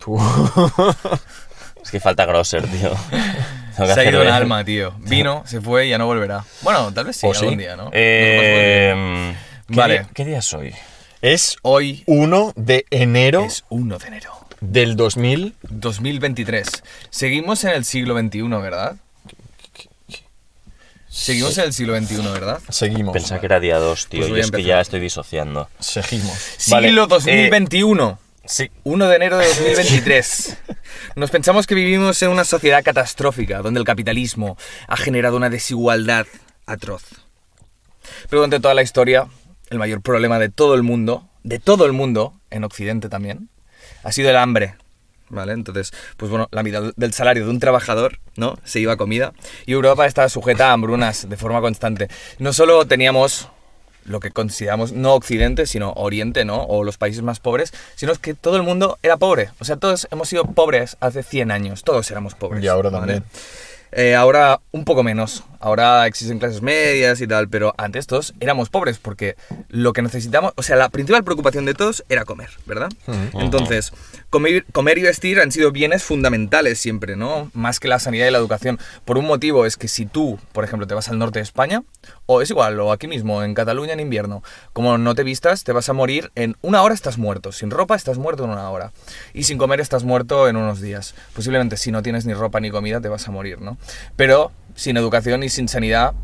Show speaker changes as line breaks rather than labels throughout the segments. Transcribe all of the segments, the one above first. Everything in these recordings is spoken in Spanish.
Fu.
Es que falta Grosser, tío. Tengo que
Se ha ido
hacer-
el alma, tío. Vino, se fue y ya no volverá. Bueno, tal vez sí,
¿O
algún
sí?
día, ¿no?
Oh, Eh, ¿qué
Vale.
día- ¿Qué día es hoy?
Es
Hoy
1 de enero
es 1 de enero.
del 2000.
2023. Seguimos en el siglo XXI, ¿verdad? Seguimos en el siglo XXI, ¿verdad?
Seguimos.
Pensaba que era día 2, tío.
Pues
y
voy a
es que
empezar.
ya estoy disociando.
Seguimos.
Vale,
Siglo 2021.
Sí.
1 de enero de 2023. Nos pensamos que vivimos en una sociedad catastrófica, donde el capitalismo ha generado una desigualdad atroz. Pero durante toda la historia, el mayor problema de todo el mundo, de todo el mundo, en Occidente también, ha sido el hambre. ¿Vale? Entonces, pues bueno, la mitad del salario de un trabajador, ¿no? Se iba a comida. Y Europa estaba sujeta a hambrunas de forma constante. No solo teníamos lo que consideramos no Occidente, sino Oriente, ¿no? O los países más pobres, sino que todo el mundo era pobre. O sea, todos hemos sido pobres hace 100 años. Todos éramos pobres.
Y ahora
¿vale?
también.
Eh, ahora un poco menos. Ahora existen clases medias y tal, pero antes todos éramos pobres porque lo que necesitamos, o sea, la principal preocupación de todos era comer, ¿verdad? Entonces, comer, comer y vestir han sido bienes fundamentales siempre, ¿no? Más que la sanidad y la educación. Por un motivo es que si tú, por ejemplo, te vas al norte de España, o es igual, o aquí mismo, en Cataluña en invierno, como no te vistas, te vas a morir en una hora estás muerto. Sin ropa estás muerto en una hora. Y sin comer estás muerto en unos días. Posiblemente si no tienes ni ropa ni comida te vas a morir, ¿no? Pero sin educación y sin sanidad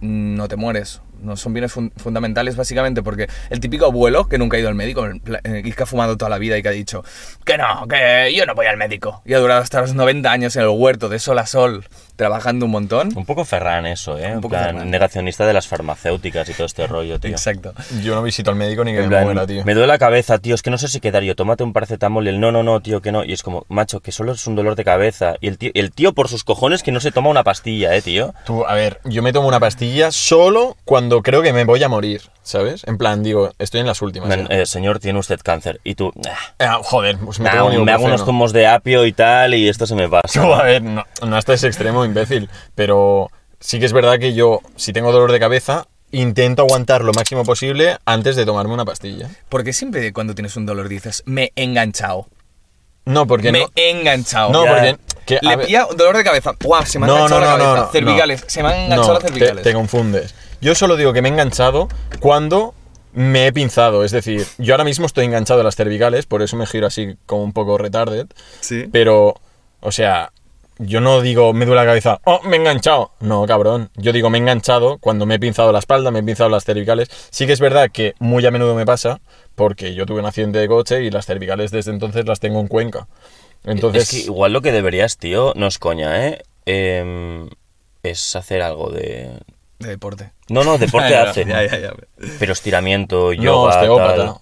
mm, no te mueres. No son bienes fun- fundamentales básicamente porque el típico abuelo que nunca ha ido al médico en pla- eh, y que ha fumado toda la vida y que ha dicho que no, que yo no voy al médico. Y ha durado hasta los 90 años en el huerto de sol a sol trabajando un montón.
Un poco Ferran eso, ¿eh? Un
poco Ferran.
negacionista de las farmacéuticas y todo este rollo, tío.
Exacto.
Yo no visito al médico ni que
En
me
plan,
muera, tío.
me duele la cabeza, tío, es que no sé si quedar yo, tómate un paracetamol y el no, no, no, tío, que no. Y es como, macho, que solo es un dolor de cabeza. Y el tío, el tío por sus cojones que no se toma una pastilla, eh, tío.
Tú, a ver, yo me tomo una pastilla solo cuando creo que me voy a morir, ¿sabes? En plan, digo, estoy en las últimas.
Man,
ya.
eh, señor, tiene usted cáncer. Y tú, ah,
Ah, joder, pues me
nah,
tengo
me hago unos zumos de apio y tal, y esto se me pasa.
a ver, no, no hasta ese extremo, imbécil. Pero sí que es verdad que yo, si tengo dolor de cabeza, intento aguantar lo máximo posible antes de tomarme una pastilla.
Porque siempre cuando tienes un dolor dices me he enganchado.
No, porque
me
no.
he enganchado.
No,
Ya.
porque. que, a
Le
ver-
pilla dolor de cabeza. ¡Guau! Se me han enganchado la cabeza. cervicales. Se me han enganchado
No,
las
te-
cervicales.
Te, confundes. Yo solo digo que me he enganchado cuando me he pinzado. Es decir, yo ahora mismo estoy enganchado a las cervicales, por eso me giro así como un poco retarded.
Sí.
Pero, o sea, yo no digo me duele la cabeza, oh, me he enganchado. No, cabrón. Yo digo me he enganchado cuando me he pinzado la espalda, me he pinzado las cervicales. Sí que es verdad que muy a menudo me pasa, porque yo tuve un accidente de coche y las cervicales desde entonces las tengo en cuenca. Entonces,
Es que igual lo que deberías, tío, no es coña, ¿eh? Em, es hacer algo de...
De deporte.
No, no, deporte
Ya,
hace.
ya, ya, ya.
Pero estiramiento,
no,
yoga,
osteópata.
tal.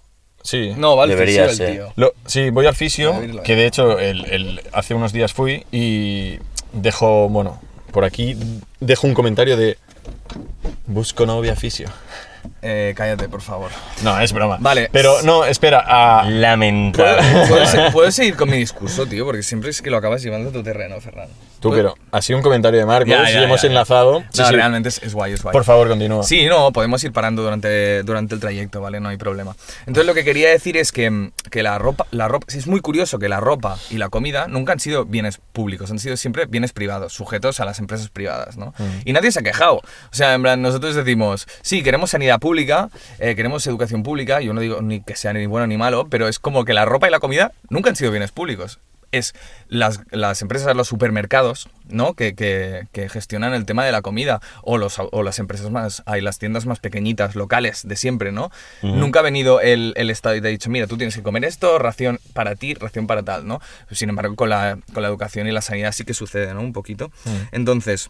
Sí.
No, vale,
Debería
el
ser.
tío.
Lo- sí, voy al fisio,
A verlo, eh.
que de hecho el- el- hace unos días fui y dejo, bueno, por aquí dejo un comentario de busco novia fisio.
Eh, cállate, por favor.
No, es broma.
Vale.
Pero no, espera, a...
Lamentable.
¿Puedo, se- puedo seguir con mi discurso, tío? Porque siempre es que lo acabas llevando a tu terreno, Ferran.
tú, pero ha sido un comentario de Marcos
Ya, ya,
y hemos
ya.
enlazado. Sí,
no,
sí.
realmente es, es guay, es guay.
Por favor, continúa.
Sí, no, podemos ir parando durante, durante el trayecto, ¿vale? No hay problema. Entonces lo que quería decir es que, mm, que la ropa, la ropa, es muy curioso que la ropa y la comida nunca han sido bienes públicos, han sido siempre bienes privados, sujetos a las empresas privadas, ¿no?
Mm.
Y nadie se ha quejado. O sea, en plan, nosotros decimos, sí, queremos sanidad pública, eh, queremos educación pública, yo no digo ni que sea ni bueno ni malo, pero es como que la ropa y la comida nunca han sido bienes públicos es las, las empresas, los supermercados, ¿no? Que, que- que gestionan el tema de la comida, o, los, au- o las empresas más, hay las tiendas más pequeñitas, locales, de siempre, ¿no? Nunca ha venido el, el Estado y te ha dicho, mira, tú tienes que comer esto, ración para ti, ración para tal, ¿no? Sin embargo, con la, con la educación y la sanidad sí que sucede, ¿no? Un poquito. Entonces,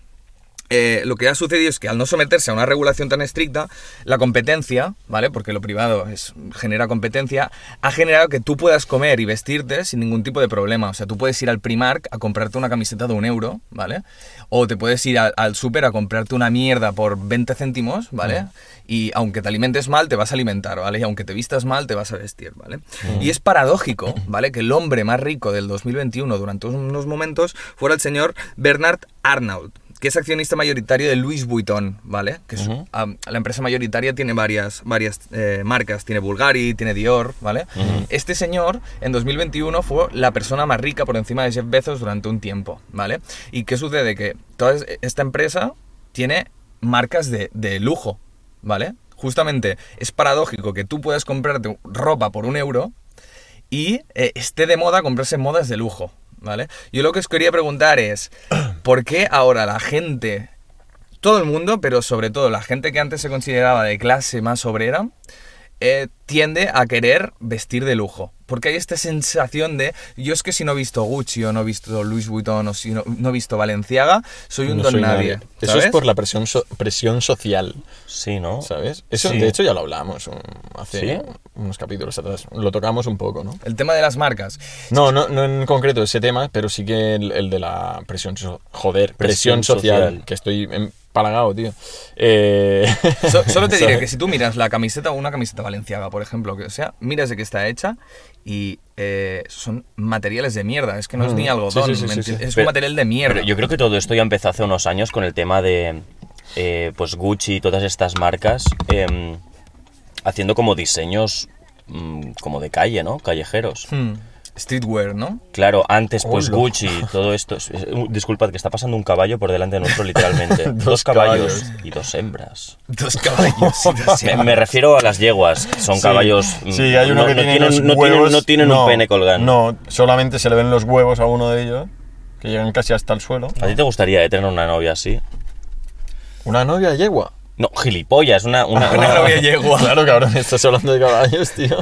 eh, lo que ha sucedido es que al no someterse a una regulación tan estricta, la competencia, ¿vale? Porque lo privado es, genera competencia, ha generado que tú puedas comer y vestirte sin ningún tipo de problema. O sea, tú puedes ir al Primark a comprarte una camiseta de un euro, ¿vale? O te puedes ir al, al súper a comprarte una mierda por 20 céntimos, ¿vale? Y aunque te alimentes mal, te vas a alimentar, ¿vale? Y aunque te vistas mal, te vas a vestir, ¿vale? Y es paradójico, ¿vale? Que el hombre más rico del 2021 durante unos momentos fuera el señor Bernard Arnault que es accionista mayoritario de Louis Vuitton, ¿vale? Que es, am, la empresa mayoritaria tiene varias, varias eh, marcas, tiene Bulgari, tiene Dior, ¿vale? Este señor en 2021 fue la persona más rica por encima de Jeff Bezos durante un tiempo, ¿vale? ¿Y qué sucede? Que toda es- esta empresa tiene marcas de, de lujo, ¿vale? Justamente es paradójico que tú puedas comprarte ropa por un euro y eh, esté de moda comprarse modas de lujo, ¿vale? Yo lo que os quería preguntar es, ¿por qué ahora la gente, todo el mundo, pero sobre todo la gente que antes se consideraba de clase más obrera, eh, tiende a querer vestir de lujo? Porque hay esta sensación de, yo es que si no he visto Gucci o no he visto Louis Vuitton o si no, no he visto Valenciaga, soy un
No
don
soy
nadie.
Eso es
¿sabes?
por la presión, so- presión social,
Sí, ¿no?
¿sabes? Eso,
Sí.
de hecho, ya lo hablamos um, hace
¿Sí?
unos capítulos atrás. Lo tocamos un poco, ¿no?
El tema de las marcas.
No, no, no en concreto ese tema, pero sí que el, el de la presión, so- joder, presión,
Presión
social,
social.
que estoy empalagado, tío. Eh,
So- solo te diré
¿sabes?
que si tú miras la camiseta, una camiseta valenciaga, por ejemplo, que o sea, miras de qué está hecha y eh, son materiales de mierda. Es que no es
Mm,
ni
sí,
algodón,
sí, sí,
¿me
sí,
entiendes?
sí.
es un
Pero-
material de mierda.
Pero yo creo que todo esto ya empezó hace unos años con el tema de eh, pues Gucci y todas estas marcas em, haciendo como diseños mm, como de calle, ¿no? Callejeros.
Hmm, Streetwear, ¿no?
Claro, antes pues
Hola.
Gucci, todo esto. es- es- uh, Disculpad que está pasando un caballo por delante de nuestro literalmente. dos,
Dos
caballos
caballos. ah.
y dos hembras.
Dos caballos y dos
Me, me refiero a las yeguas, que son
Sí.
caballos. mm,
Sí, hay uno
no,
que
no
tiene
tienen,
unos
no tienen-
huevos-
no tienen
no,
un pene colgando.
No, solamente se le ven los huevos a uno de ellos, que llegan casi hasta el suelo.
¿A ti te gustaría eh, tener una novia así?
¿Una novia yegua?
No, gilipollas, una. una,
Una
una-
novia yegua.
Claro, cabrón, estás hablando de caballos, tío.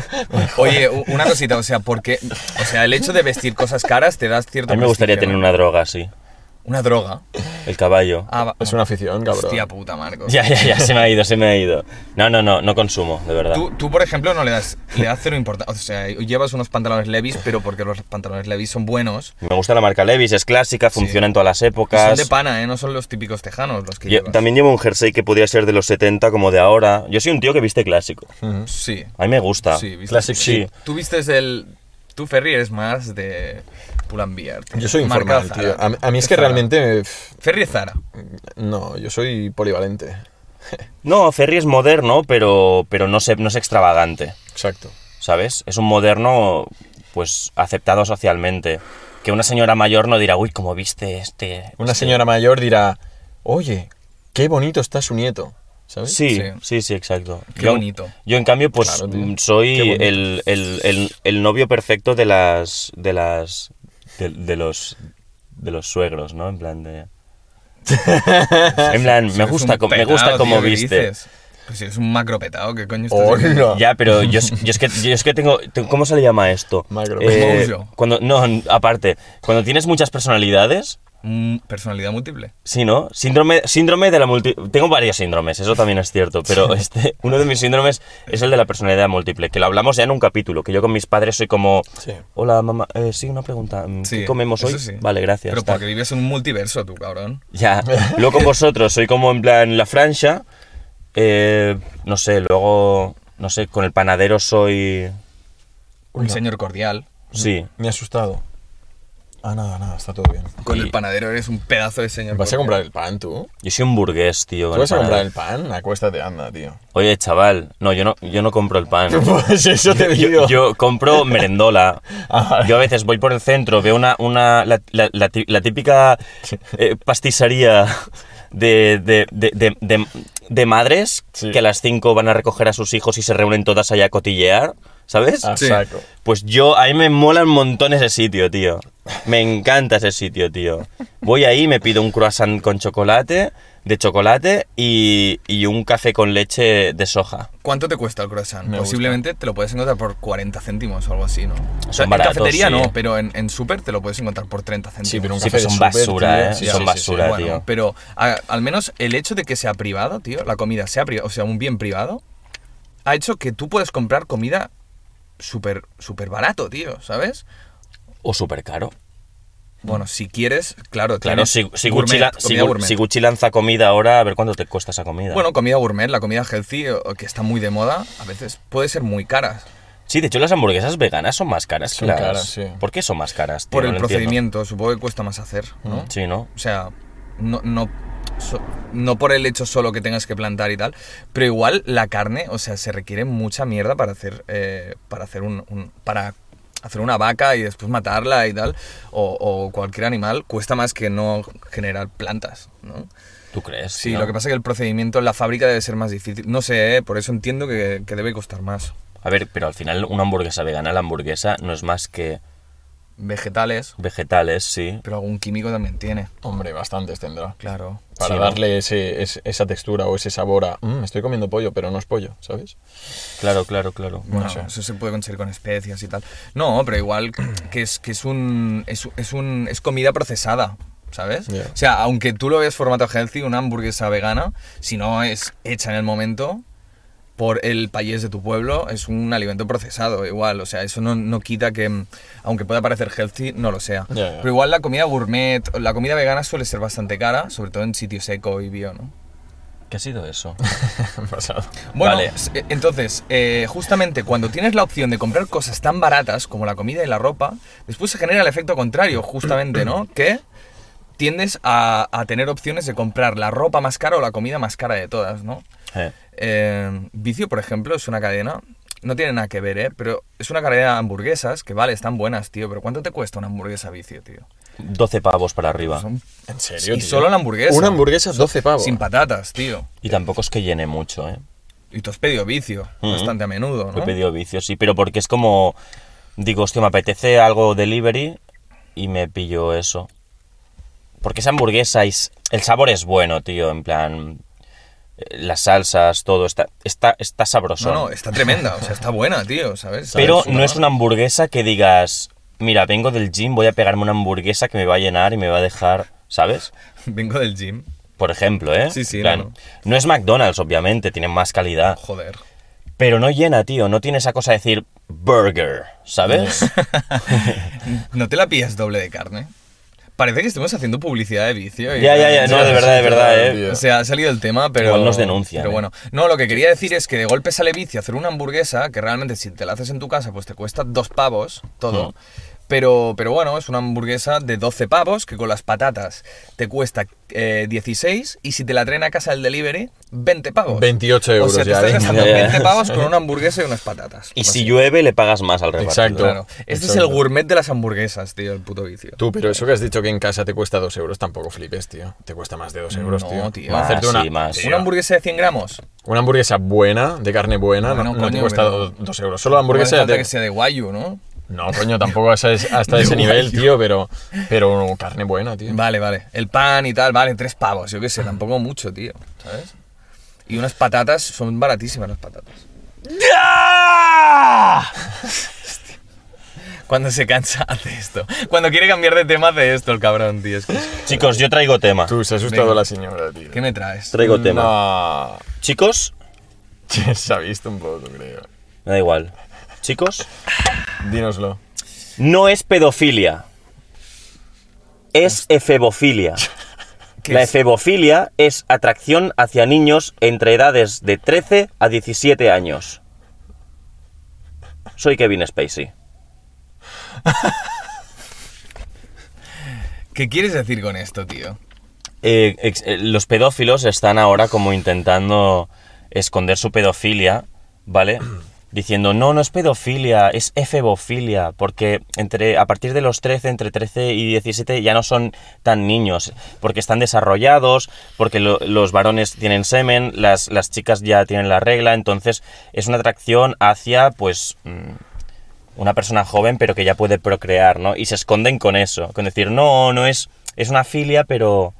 Oye, u- una cosita, o sea, porque. O sea, el hecho de vestir cosas caras te da cierto.
A mí me gustaría
prestigio,
tener
¿no?
una droga así.
Una droga.
El caballo.
Ah, va-
Es una afición, cabrón.
Hostia puta, Marcos.
Ya, ya, ya, se me ha ido, se me ha ido. No, no, no, no consumo, de verdad.
Tú, tú, por ejemplo, no le das, le das cero importancia. O sea, llevas unos pantalones Levis, pero porque los pantalones Levis son buenos,
Me gusta la marca Levis, es clásica, funciona en todas las
Y
épocas.
Son de pana, ¿eh? No son los típicos tejanos los que
Yo-
llevas.
también llevo un jersey que podía ser de los 70 como de ahora. Yo soy un tío que viste clásico.
Sí.
A mí me gusta.
Sí, viste.
Classic
Ah, Sí.
shit.
Tú viste el... Tú, Ferry, eres más de Pull&Bear. tío.
Yo soy
Marca
informal,
Zara.
tío. A, mí- a mí es que
Zara.
realmente... pff,
Ferry es Zara.
No, yo soy polivalente.
No, Ferry es moderno, pero, pero no, se- no es extravagante,
Exacto.
¿sabes? Es un moderno, pues, aceptado socialmente. Que una señora mayor no dirá, uy, cómo viste este...
Una
este-".
señora mayor dirá, oye, qué bonito está su nieto, ¿sabes?
Sí,
Sí.
sí, sí, exacto.
Qué bonito.
Yo, en cambio, pues
Claro, tío.
mm, soy
Qué bonito.
el, el- el- el novio perfecto de las. de las. de, de los. de los suegros, ¿no? En plan de. en plan, me
Eres
gusta,
un
co- me
petao,
gusta
tío,
cómo
¿qué
viste.
dices? Pues si eres un macro petado, ¿qué coño estás diciendo?
Hola.
Ya, pero yo, es- yo es que, yo es que tengo, te- ¿Cómo se le llama esto? Eh,
Macro.
Mojo.
cuando No, n- aparte, cuando tienes muchas personalidades,
Mm, Personalidad múltiple.
sí, ¿no? Síndrome, síndrome de la multi... Tengo varios síndromes, eso también es cierto, pero este, uno de mis síndromes es el de la personalidad múltiple, que lo hablamos ya en un capítulo, que yo con mis padres soy como...
Sí.
Hola, mamá, eh, sí, una pregunta. mm, ¿Qué
Sí,
comemos
eso
hoy?
sí.
Vale, gracias.
Pero
tal.
porque vives en un multiverso, tú, cabrón.
Ya. Luego con vosotros, soy como en plan la francha. eh, no sé, luego, no sé, con el panadero soy...
Un señor cordial.
Sí.
Me ha asustado. Ah, nada, nada, está todo bien.
Con
Y-
el panadero eres un pedazo de señor
¿Vas a comprar
cordial.
el pan tú?
Yo soy un burgués, tío.
¿Tú
con el
vas a comprar
panadero.
el pan? Acuéstate, anda, tío.
Oye, chaval, no yo, no, yo no compro el pan.
Pues eso te
Yo,
digo.
yo compro merendola.
Ah, vale.
Yo a veces voy por el centro, veo una, una la, la- la tí- la típica eh, pastisaría de, de, de- de- de- de madres
Sí.
que a las 5 van a recoger a sus hijos y se reúnen todas allá a cotillear, ¿sabes?
A
Sí.
saco.
Pues yo, a mí me mola un montón ese sitio, tío. Me encanta ese sitio, tío. Voy ahí, me pido un croissant con chocolate, de chocolate, y, y un café con leche de soja.
¿Cuánto te cuesta el croissant?
Me gusta.
Posiblemente te lo puedes encontrar por 40 céntimos o algo así, ¿no? O sea,
Son
en
baratos,
cafetería
sí.
no, pero en, en súper te lo puedes encontrar por 30 céntimos.
Sí, pero un
Sí,
café
pero
de
son
súper,
basura,
tío.
¿eh?
Sí,
Son
sí, sí, sí.
basura. tío.
Pero a- al menos el hecho de que sea privado, tío, la comida sea privada, o sea, un bien privado, ha hecho que tú puedes comprar comida súper súper barato, tío, ¿sabes?
O súper caro.
Bueno, si quieres,
Claro,
claro, tienes
si, si, Gucci
gourmet,
la- si
comida
Gu-
gourmet.
si Gucci lanza comida ahora, a ver cuánto te cuesta esa comida.
Bueno, comida gourmet, la comida healthy, o- que está muy de moda, a veces puede ser muy cara.
sí, de hecho las hamburguesas veganas son más caras. que
Son
las-
caras, sí.
¿Por qué son más caras? tío?
Por
No
el
lo entiendo. Mm.
procedimiento, supongo que cuesta más hacer, ¿no?
Sí, ¿no?
O sea, no, no, so- no por el hecho solo que tengas que plantar y tal, pero igual la carne, o sea, se requiere mucha mierda para hacer, eh, para hacer un, un- para hacer una vaca y después matarla y tal, o, o cualquier animal, cuesta más que no generar plantas, ¿no?
¿Tú crees?
Sí,
No.
lo que pasa es que el procedimiento en la fábrica debe ser más difícil. No sé, ¿eh? por eso entiendo que, que debe costar más.
A ver, pero al final una hamburguesa vegana, la hamburguesa no es más que
Vegetales,
vegetales, sí.
pero algún químico también tiene.
Hombre, bastantes tendrá.
Claro.
Para
Sí, ¿no?
darle ese, es- esa textura o ese sabor a. "Mm, estoy comiendo pollo, pero no es pollo, ¿sabes?
Claro, claro, claro.
Bueno,
No sé.
eso se puede conseguir con especias y tal. No, pero igual que es, que es un. Es, es un. es comida procesada. ¿Sabes?
Ya.
O sea, aunque tú lo veas formato healthy, una hamburguesa vegana, si no es hecha en el momento por el país de tu pueblo, es un alimento procesado, igual. O sea, eso no, no quita que, mm, aunque pueda parecer healthy, no lo sea.
Ya, ya.
Pero igual la comida gourmet, la comida vegana suele ser bastante cara, sobre todo en sitio seco y bio, ¿no?
¿Qué ha sido eso?
Pasado.
Bueno,
Vale.
s- eh, entonces, eh, justamente cuando tienes la opción de comprar cosas tan baratas como la comida y la ropa, después se genera el efecto contrario, justamente, ¿no? Que tiendes a, a tener opciones de comprar la ropa más cara o la comida más cara de todas, ¿no?
Eh,
Eh, Vicio, por ejemplo, es una cadena, no tiene nada que ver, ¿eh? Pero es una cadena de hamburguesas que, vale, están buenas, tío, pero ¿cuánto te cuesta una hamburguesa Vicio, tío?
12 pavos para arriba.
Son-
Ah, ¿En serio?
y
tío?
solo la hamburguesa.
Una hamburguesa, 12 pavos.
Sin patatas, tío.
Y tampoco es que llene mucho, ¿eh?
Y tú has pedido vicio
Mm.
Ujú.
bastante a menudo, ¿no?
He pedido vicios, sí, pero porque es como. Digo, hostia, me apetece algo delivery y me pillo eso. Porque esa hamburguesa, es, el sabor es bueno, tío, en plan. eh, Las salsas, todo, está, está, está sabroso.
No, no, está tremenda, o sea, está buena, tío, ¿sabes?
Pero
¿Sabes?
no es una hamburguesa que digas, mira, vengo del gym, voy a pegarme una hamburguesa que me va a llenar y me va a dejar, ¿sabes?
Vengo del gym,
Por ejemplo, ¿eh?
Sí, sí,
En plan,
no, no.
no es McDonald's, obviamente, tiene más calidad.
joder.
Pero no llena, tío, no tiene esa cosa de decir burger, ¿sabes?
¿No te la pillas doble de carne? Parece que estemos haciendo publicidad de vicio. y-
ya, ya, ya, no, de verdad, de verdad, ¿eh?
tío.
O sea, ha salido el tema, pero...
Igual nos denuncian,
Pero
¿eh?
bueno, no, lo que quería decir es que de golpe sale vicio hacer una hamburguesa, que realmente si te la haces en tu casa, pues te cuesta dos pavos todo.
Mm.
Pero, pero bueno, es una hamburguesa de 12 pavos que con las patatas te cuesta eh, 16 y si te la traen a casa el delivery, 20 pavos.
28 euros
O sea, te
ya, ¿eh?
estás
venga.
gastando
Ya, ya.
20 pavos con una hamburguesa y unas patatas. Pues,
Y si llueve, le pagas más al repartidor.
Exacto.
Claro. Este es el
Exacto.
gourmet de las hamburguesas, tío, el puto vicio.
Tú, pero eso que has dicho que en casa te cuesta 2 euros, tampoco flipes, tío. Te cuesta más de 2 euros,
No,
tío.
tío.
Va a
Más,
hacerte una,
sí, más.
tío,
¿Una hamburguesa de 100 gramos?
una hamburguesa buena, de carne buena,
Bueno,
no, no te
coño,
cuesta
pero-
2 euros. Solo la
No hace
hamburguesa ya
falta
te-
que sea de guayu, ¿no?
No, coño, tampoco hasta ese, hasta ese nivel, tío, pero, pero carne buena, tío.
Vale, vale. El pan y tal, vale, tres pavos, yo qué sé, tampoco mucho, tío, ¿sabes? Y unas patatas, son baratísimas las patatas. Cuando se cansa hace esto. Cuando quiere cambiar de tema hace esto el cabrón, tío. es que-
Chicos, yo traigo tema.
Tú, se ha asustado
Venga.
la señora, tío.
¿Qué me traes?
Traigo tema.
No.
Chicos,
Se ha visto un poco, creo.
me da igual. Chicos,
Dínoslo.
no es pedofilia. Es efebofilia.
¿Qué
La
es?
efebofilia es atracción hacia niños entre edades de 13 a 17 años. Soy Kevin Spacey.
¿Qué quieres decir con esto, tío?
Eh, ex- eh, los pedófilos están ahora como intentando esconder su pedofilia, ¿vale? Diciendo, no, no es pedofilia, es efebofilia, porque entre, a partir de los 13, entre 13 y 17 ya no son tan niños, porque están desarrollados, porque lo- los varones tienen semen, las, las chicas ya tienen la regla, entonces es una atracción hacia, pues, mm, una persona joven pero que ya puede procrear, ¿no? Y se esconden con eso, con decir, no, no es, es una filia, pero,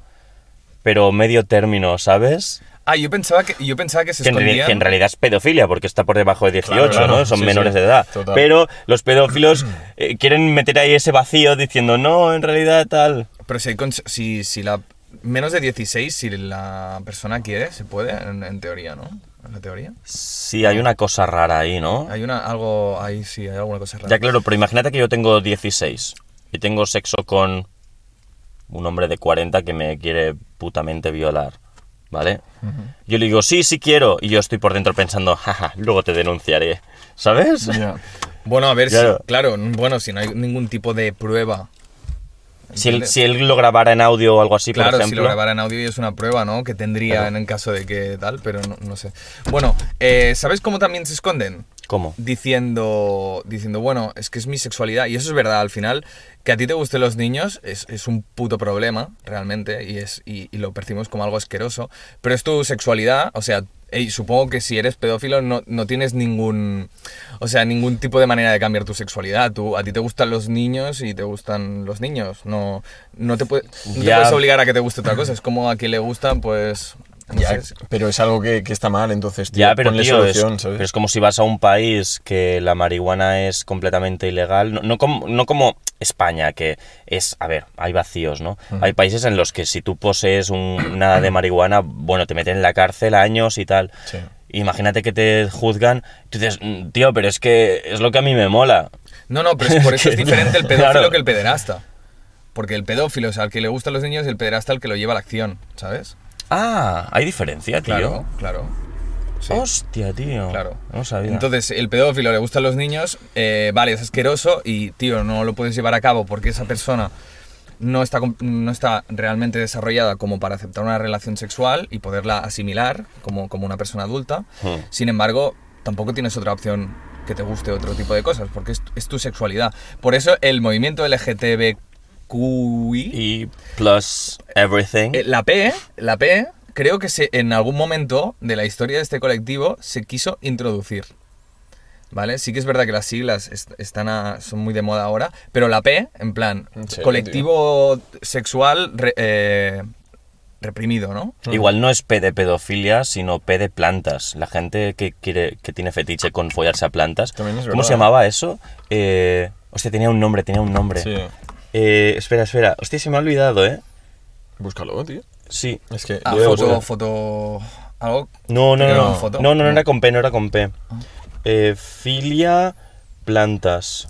pero medio término, ¿sabes?
Ah, yo pensaba que, yo pensaba que se
Que en, reali-
escondían...
que en realidad es pedofilia porque está por debajo de 18,
Claro, claro.
¿no? Son
Sí,
menores
sí.
de edad.
Total.
Pero los pedófilos eh, quieren meter ahí ese vacío diciendo, no, en realidad tal.
Pero si, hay cons- si, si la... Menos de 16, si la persona quiere, se puede, en, en teoría, ¿no? En la teoría.
Sí, hay una cosa rara ahí, ¿no?
Hay una, algo, ahí sí, hay alguna cosa rara.
Ya claro, pero imagínate que yo tengo 16 y tengo sexo con un hombre de 40 que me quiere putamente violar, ¿vale? Yo le digo, sí, sí quiero, y yo estoy por dentro pensando, jaja, luego te denunciaré, ¿sabes?
Bueno, a ver
Claro.
si, claro, bueno, si no hay ningún tipo de prueba
Si él,
¿entiendes?
si él lo grabara en audio o algo así,
claro,
por
si
ejemplo.
lo grabara en audio y es una prueba, ¿no? Que tendría
Claro.
en el caso de que tal, pero no, no sé. Bueno, eh, ¿sabes cómo también se esconden?
¿Cómo?
Diciendo, diciendo, bueno, es que es mi sexualidad. Y eso es verdad, al final, que a ti te gusten los niños es, es un puto problema, realmente, y, es, y, y lo percibimos como algo asqueroso. Pero es tu sexualidad, o sea, ey, supongo que si eres pedófilo no, no tienes ningún, o sea, ningún tipo de manera de cambiar tu sexualidad. Tú, a ti te gustan los niños y te gustan los niños. No, no te, puede- no te
Ya.
puedes obligar a que te guste otra cosa. Es como a quien le gustan, pues... no
Ya,
sé, es-
pero es algo que, que está mal, entonces, tío,
Ya, pero
ponle
tío,
solución,
es,
¿sabes?
pero es como si vas a un país que la marihuana es completamente ilegal. No, no como, no como España, que es, a ver, hay vacíos, ¿no? Hay países en los que si tú posees un, nada de marihuana, bueno, te meten en la cárcel años y tal.
Sí.
Imagínate que te juzgan. Tú dices, "Mm, tío, pero es que es lo que a mí me mola.
No, no, pero es- por eso es
Que-
diferente el pedófilo
claro.
que el pederasta. Porque el pedófilo es al que le gustan los niños y el pederasta al que lo lleva a la acción, ¿sabes?
Ah, hay diferencia, tío.
Claro, claro. sí.
Hostia, tío.
Claro.
No sabía.
Entonces, el pedófilo le gustan los niños, eh, vale, es asqueroso y, tío, no lo puedes llevar a cabo porque esa persona no está, com- no está realmente desarrollada como para aceptar una relación sexual y poderla asimilar como, como una persona adulta.
Hmm.
Sin embargo, tampoco tienes otra opción que te guste otro tipo de cosas porque es, tu- es tu sexualidad. Por eso el movimiento LGTBQI...
y plus everything.
Eh, la P, la P, creo que se, en algún momento de la historia de este colectivo se quiso introducir. ¿Vale? Sí que es verdad que las siglas est- están a- son muy de moda ahora, pero la P, en plan,
¿En serio,
colectivo sexual re- eh, reprimido, ¿no?
Igual no es P de pedofilia, sino P de plantas. La gente que quiere, que tiene fetiche con follarse a plantas.
También es
¿Cómo
verdad.
se llamaba eso? Eh, hostia, tenía un nombre, tenía un nombre.
Sí.
Eh, espera, espera. Hostia, se me ha olvidado, ¿eh?
Búscalo, tío.
Sí.
Es que...
Ah,
luego-
foto, foto. Algo.
No, no,
¿Era
no.
una
No,
foto?
no, no, era con P, no era con P. Eh, filia, plantas.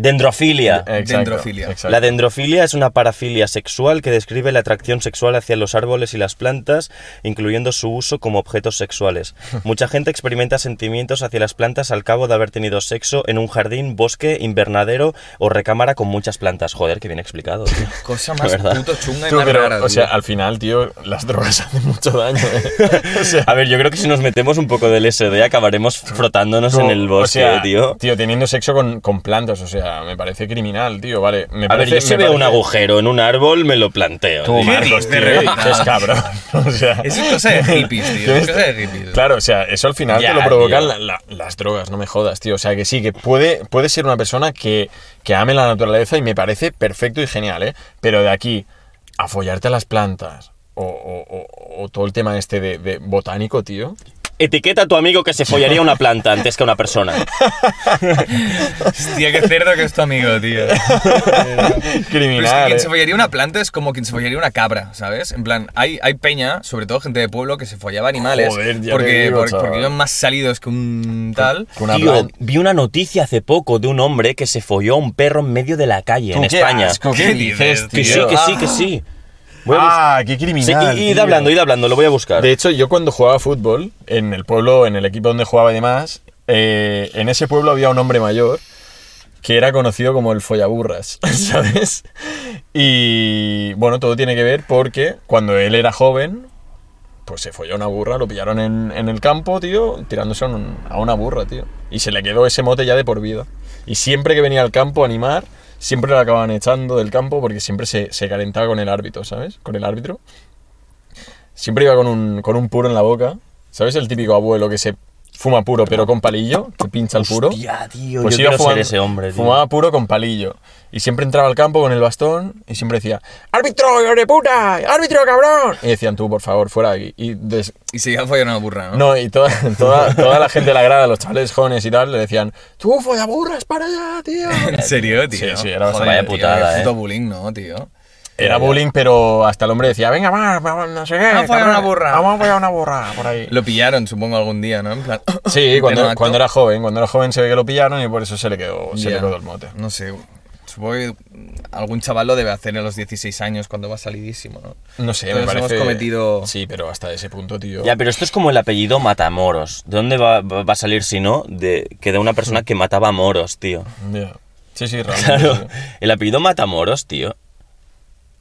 Dendrofilia.
Exacto,
Dendrofilia.
exacto.
La dendrofilia es una parafilia sexual que describe la atracción sexual hacia los árboles y las plantas, incluyendo su uso como objetos sexuales. Mucha gente experimenta sentimientos hacia las plantas al cabo de haber tenido sexo en un jardín, bosque, invernadero o recámara con muchas plantas. Joder, que bien explicado. tío.
Cosa más
verdad.
puto chunga y
Tú,
más
pero,
rara,
o
tío.
sea, al final, tío, las drogas hacen mucho daño, ¿eh? O sea,
A ver, yo creo que si nos metemos un poco del SD acabaremos frotándonos
como-
en el
o
bosque,
sea,
tío.
teniendo sexo con, con plantas, o sea, me parece criminal, tío, vale. Me
A ver,
parece,
yo si
me
veo un
parece-
agujero en un árbol, me lo planteo.
Tú,
tío.
dices,
Marcos, tío,
de
¿eh?
verdad?
es cabrón. O sea,
Eso es cosa de hippies, tío. Es
¿Tienes-
cosa de hippies.
Claro, o sea, eso al final
Ya,
te lo provocan
tío.
la- la- las drogas, no me jodas, tío. O sea, que sí, que puede, puede ser una persona que, que ame la naturaleza y me parece perfecto y genial, ¿eh? Pero de aquí a follarte a las plantas o, o- o- o todo el tema este de, de botánico, tío.
Etiqueta a tu amigo que se follaría una planta antes que a una persona.
Hostia, qué cerdo que es tu amigo, tío. Pero es que
Criminal.
quien
¿eh?
se follaría una planta es como quien se follaría una cabra, ¿sabes? En plan, hay, hay peña, sobre todo gente de pueblo, que se follaba animales.
Joder, ya te
porque,
digo,
por-
chaval.
porque iban más salidos que un tal.
Con una
Tío,
plan-
vi una noticia hace poco de un hombre que se folló a un perro en medio de la calle en
Tú, qué
España.
asco, ¿Qué
¿Qué dices,
dices,
Que
tío?
sí, que sí, que sí. Voy a bus-
Ah, qué
Sí,
criminal.
y- id
tío.
hablando, id hablando, lo voy a buscar.
De hecho, yo cuando jugaba fútbol, en el pueblo, en el equipo donde jugaba y demás, eh, en ese pueblo había un hombre mayor que era conocido como el follaburras, ¿sabes? Y bueno, todo tiene que ver porque cuando él era joven, pues se folló una burra, lo pillaron en, en el campo, tío, tirándose a, un- a una burra, tío. Y se le quedó ese mote ya de por vida. Y siempre que venía al campo a animar, siempre la acababan echando del campo porque siempre se, se calentaba con el árbitro, ¿sabes? Con el árbitro. Siempre iba con un, con un puro en la boca. ¿Sabes el típico abuelo que se fuma puro pero con palillo? Que pincha el puro.
Hostia, tío,
Pues
yo quiero ser ese hombre, tío.
Fumaba puro con palillo. Y siempre entraba al campo con el bastón y siempre decía, ¡Árbitro, hijo de puta! ¡Árbitro, cabrón! Y decían, tú, por favor, fuera de aquí. Y des-
Y se iban a follar una
Ah.
burra, ¿no?
no, y toda, toda, toda la gente de la grada, los chavales jóvenes y tal, le decían, tú, follaburras, para allá, tío.
¿En serio, tío?
Sí, sí, era bastante-
Vaya
tío,
putada,
qué
eh.
puto bullying, ¿no, tío?
Era bullying, pero hasta el hombre decía, venga, va, va, no sé qué.
Vamos a follar
cabrón,
una burra.
Vamos a follar una burra, por ahí.
Lo pillaron, supongo, algún día, ¿no? En plan...
Sí,
en pleno
cuando,
acto.
cuando era joven, cuando era joven se ve que lo pillaron y por eso se le quedó, se le
Ya.
quedó el mote.
No sé, supongo que algún chaval lo debe hacer a los 16 años cuando va salidísimo, ¿no?
No sé, me
Todos hemos
parece...
cometido-
Sí, pero hasta ese punto, tío...
Ya, pero esto es como el apellido Matamoros. ¿De dónde va, va a salir si no? De, que de una persona que mataba a moros, tío.
Ya. Sí, sí, realmente.
Claro.
sí.
El apellido Matamoros, tío.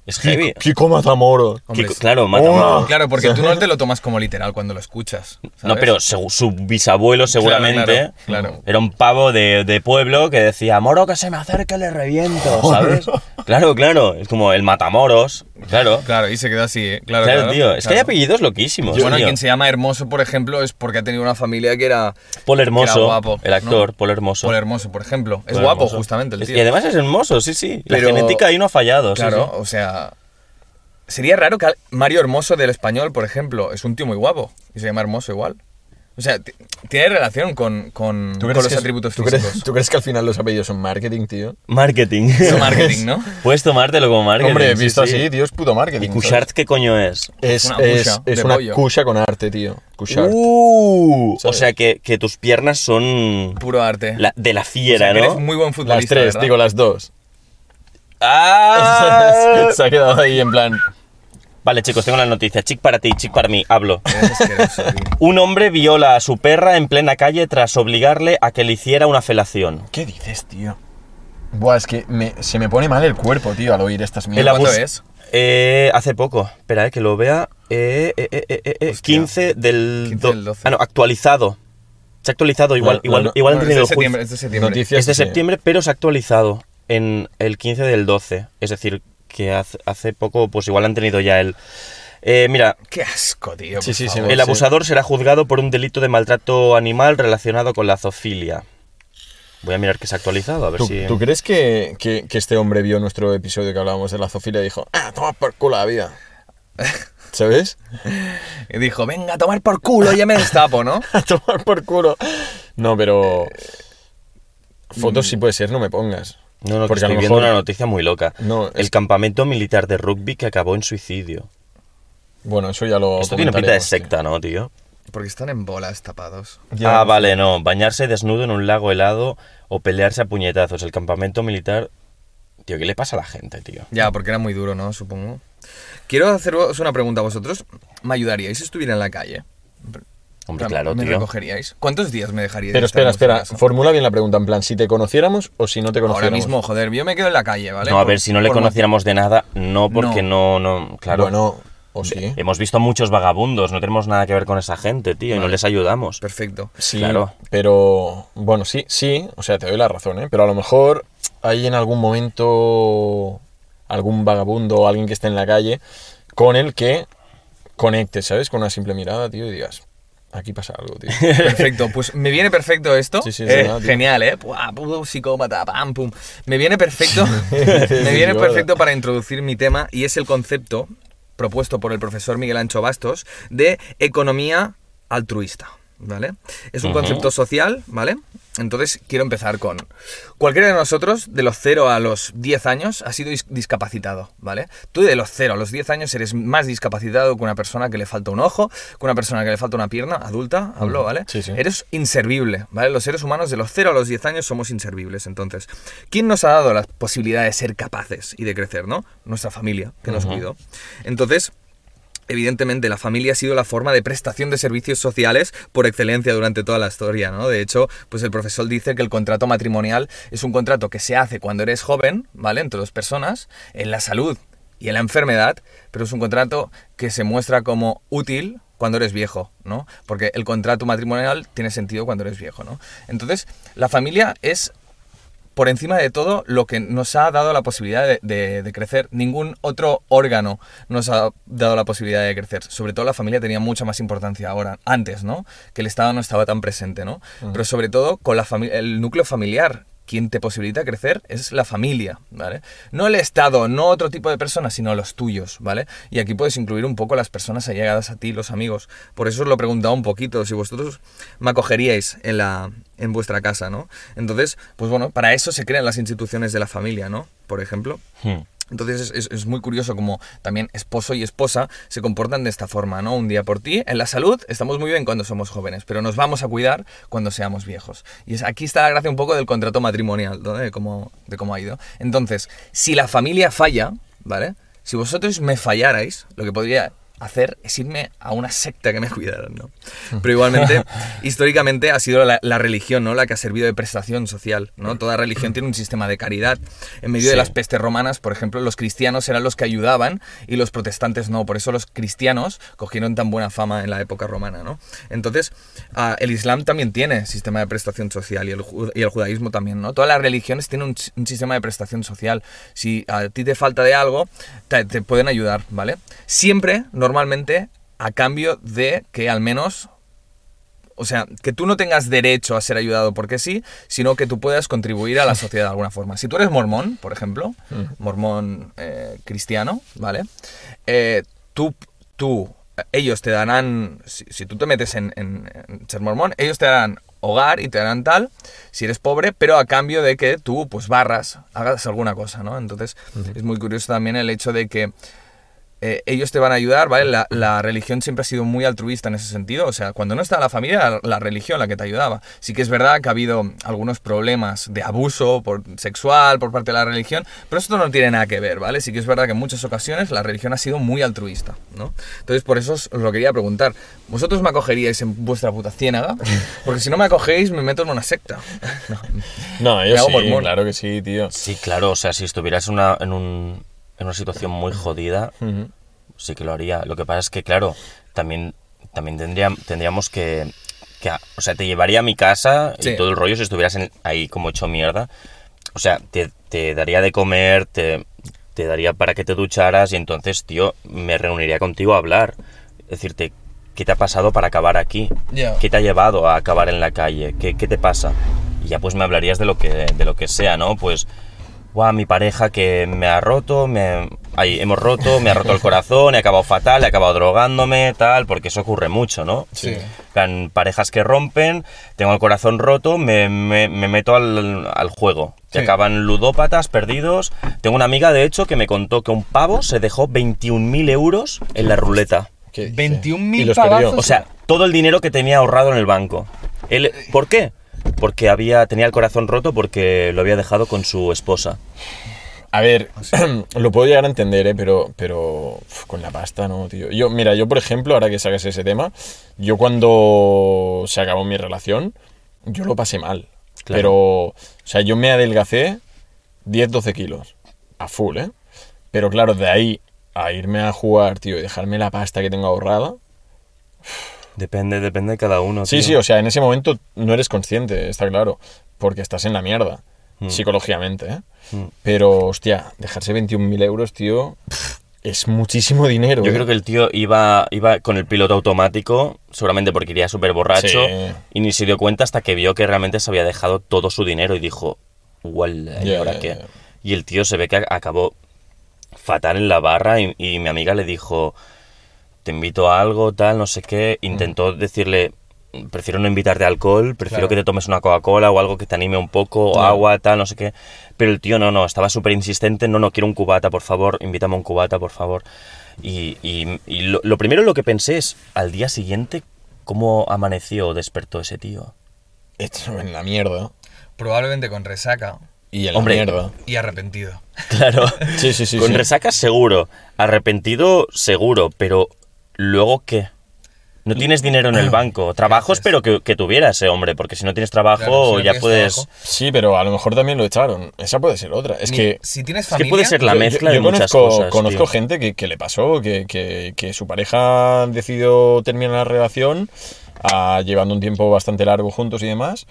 Es heavy.
Kiko, Kiko Matamoros.
Hombre,
Kiko- claro, Matamoros.
Ah,
Claro, porque
o sea-
tú no te lo tomas como literal cuando lo escuchas.
No,
¿sabes?
pero segu- su bisabuelo seguramente
claro, claro.
era un pavo de, de pueblo que decía, moro que se me acerque le reviento, ¿sabes? claro, claro, es como el matamoros, claro. Claro,
Claro, y se quedó así, ¿eh? claro, claro,
tío, es que hay
claro.
apellidos loquísimos,
Bueno,
tío.
quien se llama Hermoso, por ejemplo, es porque ha tenido una familia que era.
Paul
que
Hermoso,
era guapo,
el actor,
¿no?
Paul Hermoso.
Paul Hermoso, por ejemplo. Es
Paul
guapo,
Hermoso.
justamente, el
Es-
tío.
Y además es hermoso, sí, sí.
Pero-
La genética ahí no ha fallado, sí,
claro,
sí.
o sea. Sería raro que al- Mario Hermoso del español, por ejemplo, es un tío muy guapo y se llama Hermoso igual. O sea, ti- tiene relación con, con,
¿Tú
con
crees
los
que es-
atributos
¿tú
físicos.
crees, ¿Tú crees que al final los apellidos son marketing, tío?
Marketing.
Es marketing, ¿no?
Puedes tomártelo como marketing.
Hombre,
sí,
visto
sí.
así, tío, es puto marketing.
¿Y Cushart qué coño es?
Es,
Una
es,
cucha
es
de
una
pollo.
cucha con arte, tío. Cushart.
Uh, o
¿Sabes?
sea que, que tus piernas son
Puro arte.
la- de la
O sea,
fiera,
que
¿no?
Eres muy buen futbolista.
las tres,
¿verdad?
digo, las dos.
¡Ah!
Se ha quedado ahí en plan.
Vale, chicos, tengo la noticia. Chic para ti, chic para mí. Hablo.
Eres asqueroso, tío.
Un hombre viola a su perra en plena calle tras obligarle a que le hiciera una felación.
¿Qué dices, tío? Buah, es que me- se me pone mal el cuerpo, tío, al oír estas
El
mierdas.
¿Cuándo
abus-
es?
Eh, hace poco. Espera, eh, que lo vea. Eh, eh, eh, eh, eh, eh,
Hostia.
15 del,
15
do-
del 12.
Ah, no, actualizado. Se ha actualizado, igual,
No, no,
igual,
no.
igual han
Bueno, es
tenido
de
el juicio.
septiembre. Es de septiembre.
Noticias
Es de
que se-
septiembre, pero se ha actualizado en el 15 del 12. Es decir, que hace, hace poco, pues igual han tenido ya el. Eh, mira,
Qué asco, tío.
Sí,
por
Pues sí, sí,
favor.
me-
el abusador será juzgado por un delito de maltrato animal relacionado con la zoofilia. Voy a mirar que se ha actualizado, a ver
¿Tú,
si.
tú crees que, que- que este hombre vio nuestro episodio que hablábamos de la zoofilia y dijo, ah, toma por culo la vida? ¿Sabes?
Y dijo, venga, a tomar por culo, ya me destapo, ¿no?
A tomar por culo. No, pero. Fotos, si puede ser, no me pongas.
No, no, que
Porque a
estoy
lo
viendo
mejor-
una noticia muy loca.
No,
el
es-
campamento militar de rugby que acabó en suicidio.
Bueno, eso ya lo.
Esto tiene pinta de
Oh, comentaremos,
secta, ¿no, tío?
Porque están en bolas tapados.
tío. Ya-
ah, vale, no. Bañarse desnudo en un lago helado o pelearse a puñetazos. El campamento militar. Tío, ¿qué le pasa a la gente, tío?
Ya, porque era muy duro, ¿no? Supongo. Quiero haceros una pregunta a vosotros. ¿Me ayudaríais si estuviera en la calle?
Hombre,
O sea,
claro,
¿Me
tío.
recogeríais? ¿Cuántos días me dejaríais?
Pero
estar
espera,
en vuestra
espera.
casa?
Formula bien la pregunta, en plan, si te conociéramos o si no te
Ahora
conociéramos.
mismo, joder, yo me quedo en la calle, ¿vale?
No, a
Por-
ver, si no le
por mo-
conociéramos de nada, no, porque no, no, claro. Eh,
Bueno, o sí.
Hemos visto a muchos vagabundos, no tenemos nada que ver con esa gente, tío, y no les ayudamos.
Perfecto.
Sí,
Claro.
pero bueno, sí, sí, o sea, te doy la razón, ¿eh? pero a lo mejor hay en algún momento algún vagabundo o alguien que esté en la calle con el que conectes, ¿sabes? Con una simple mirada, tío, y digas, aquí pasa algo, tío.
Perfecto, pues me viene perfecto esto.
Sí, sí, es
Eh,
verdad, tío.
genial, ¿eh? Buah, puto psicópata, pam, pum. Me viene perfecto. me viene
Psicópata.
perfecto para introducir mi tema y es el concepto propuesto por el profesor Miguel Ancho Bastos de economía altruista, ¿vale? Es un
Ujú.
concepto social, ¿vale? Entonces quiero empezar con cualquiera de nosotros de los 0 a los 10 años ha sido dis- discapacitado, ¿vale? Tú de los 0 a los 10 años eres más discapacitado que una persona que le falta un ojo, que una persona que le falta una pierna adulta, hablo, ¿vale?
Sí, sí.
Eres inservible, ¿vale? Los seres humanos de los 0 a los 10 años somos inservibles. Entonces, ¿quién nos ha dado la posibilidad de ser capaces y de crecer, no? Nuestra familia, que nos cuidó. Entonces, Evidentemente, la familia ha sido la forma de prestación de servicios sociales por excelencia durante toda la historia, ¿no? De hecho, pues el profesor dice que el contrato matrimonial es un contrato que se hace cuando eres joven, ¿vale? Entre dos personas, en la salud y en la enfermedad, pero es un contrato que se muestra como útil cuando eres viejo, ¿no? Porque el contrato matrimonial tiene sentido cuando eres viejo, ¿no? Entonces, la familia es por encima de todo lo que nos ha dado la posibilidad de, de- de crecer. Ningún otro órgano nos ha dado la posibilidad de crecer. Sobre todo la familia tenía mucha más importancia ahora, antes, ¿no? Que el Estado no estaba tan presente, ¿no? Pero sobre todo con la fami- el núcleo familiar. Quien te posibilita crecer es la familia, ¿vale? No el Estado, no otro tipo de personas, sino los tuyos, ¿vale? Y aquí puedes incluir un poco las personas allegadas a ti, los amigos. Por eso os lo he preguntado un poquito, si vosotros me acogeríais en la, en vuestra casa, ¿no? Entonces, pues bueno, para eso se crean las instituciones de la familia, ¿no? Por ejemplo.
Hmm.
Entonces es, es- es muy curioso como también esposo y esposa se comportan de esta forma, ¿no? Un día por ti, en la salud estamos muy bien cuando somos jóvenes, pero nos vamos a cuidar cuando seamos viejos. Y es, aquí está la gracia un poco del contrato matrimonial, ¿no? De cómo, de cómo ha ido. Entonces, si la familia falla, ¿vale? Si vosotros me fallarais, lo que podría hacer es irme a una secta que me cuidaran, ¿no? Pero igualmente, históricamente ha sido la, la religión, ¿no? La que ha servido de prestación social, ¿no? Toda religión tiene un sistema de caridad. En medio de
Sí.
las pestes romanas, por ejemplo, los cristianos eran los que ayudaban y los protestantes no. Por eso los cristianos cogieron tan buena fama en la época romana, ¿no? Entonces, ah, el Islam también tiene sistema de prestación social y el, ju- y el judaísmo también, ¿no? Todas las religiones tienen un, si- un sistema de prestación social. Si a ti te falta de algo, te, te pueden ayudar, ¿vale? Siempre, normalmente, a cambio de que al menos o sea, que tú no tengas derecho a ser ayudado porque sí, sino que tú puedas contribuir a la sociedad de alguna forma. Si tú eres mormón, por ejemplo, mormón eh, cristiano, ¿vale? Eh, tú, tú, eh, ellos te darán, si, si tú te metes en, en- en ser mormón, ellos te darán hogar y te darán tal, si eres pobre, pero a cambio de que tú, pues, barras, hagas alguna cosa, ¿no? Entonces, es muy curioso también el hecho de que eh, ellos te van a ayudar, ¿vale? La, la religión siempre ha sido muy altruista en ese sentido. O sea, cuando no está la familia, era la, religión la que te ayudaba. Sí que es verdad que ha habido algunos problemas de abuso por, sexual por parte de la religión, pero esto no tiene nada que ver, ¿vale? Sí que es verdad que en muchas ocasiones la religión ha sido muy altruista, ¿no? Entonces, por eso os lo quería preguntar. ¿Vosotros me acogeríais en vuestra puta ciénaga? Porque si no me acogéis, me meto en una secta. No.
No,
Me
yo
hago
sí,
mormón.
claro que sí, tío.
Sí, claro, o sea, si estuvieras en una, en un- en una situación muy jodida,
Ujú.
sí que lo haría. Lo que pasa es que, claro, también, también tendría, tendríamos que, que a- O sea, te llevaría a mi casa
Sí.
y todo el rollo si estuvieras en- ahí como hecho mierda. O sea, te, te daría de comer, te, te daría para que te ducharas y entonces, tío, me reuniría contigo a hablar. Decirte, ¿qué te ha pasado para acabar aquí?
Ya.
¿Qué te ha llevado a acabar en la calle? ¿Qué, qué te pasa? Y ya pues me hablarías de lo que, de lo que sea, ¿no? Pues, guau, mi pareja que me ha roto, me, ay, hemos roto, me ha roto el corazón, he acabado fatal, he acabado drogándome, tal, porque eso ocurre mucho, ¿no?
Sí.
En plan, parejas que rompen, tengo el corazón roto, me, me- me meto al, al juego. Que
Sí.
acaban ludópatas, perdidos. Tengo una amiga, de hecho, que me contó que un pavo se dejó 21.000 euros en la ruleta.
¿Qué dice?
21.000
Y los perdió.
pavazos.
O sea, todo el dinero que tenía ahorrado en el banco. Él- ¿Por qué? Porque había, tenía el corazón roto porque lo había dejado con su esposa.
A ver, lo puedo llegar a entender, ¿eh? pero, pero uf, con la pasta, ¿no, tío? Yo, mira, yo, por ejemplo, ahora que sacas ese tema, yo cuando se acabó mi relación, yo lo pasé mal.
Claro.
Pero, o sea, yo me adelgacé 10-12 kilos, a full, ¿eh? Pero claro, de ahí a irme a jugar, tío, y dejarme la pasta que tengo ahorrada.
Depende, depende de cada uno.
Sí,
tío.
sí, o sea, en ese momento no eres consciente, está claro, porque estás en la mierda, psicológicamente, ¿eh?
Mm.
Pero, hostia, dejarse 21.000 euros, tío, es muchísimo dinero.
Yo
¿eh?
creo que el tío iba, iba con el piloto automático, seguramente porque iría súper borracho,
Sí.
y ni se dio cuenta hasta que vio que realmente se había dejado todo su dinero y dijo, igual, ¿y
Ya,
ahora
ya,
qué?
ya.
Y el tío se ve que acabó fatal en la barra y, y mi amiga le dijo, te invito a algo, tal, no sé qué. Intentó decirle, prefiero no invitarte a alcohol, prefiero
Claro.
que te tomes una Coca-Cola o algo que te anime un poco, o agua, tal, no sé qué. Pero el tío no, no, estaba súper insistente, no, no, quiero un cubata, por favor, invítame un cubata, por favor. Y, y- y lo, lo primero lo que pensé es, al día siguiente, ¿cómo amaneció o despertó ese tío?
Esto en la mierda.
Probablemente con resaca
Y en
Hombre.
la mierda.
y arrepentido.
Claro.
Sí, sí, sí.
Con
sí.
resaca seguro, arrepentido seguro, pero luego qué? No tienes dinero en el banco, trabajos pero que, que tuviera ese hombre, porque si no tienes trabajo
Claro, si no
ya
tienes
puedes...
trabajo.
Sí, pero a lo mejor también lo echaron. Esa puede ser otra. Es
Ni-
que.
si tienes
Es que
familia,
puede ser la
yo- yo-
mezcla
yo
de muchas
conozco,
cosas.
Conozco
tío.
gente que, que le pasó, que, que- que su pareja decidió terminar la relación, ah, llevando un tiempo bastante largo juntos y demás.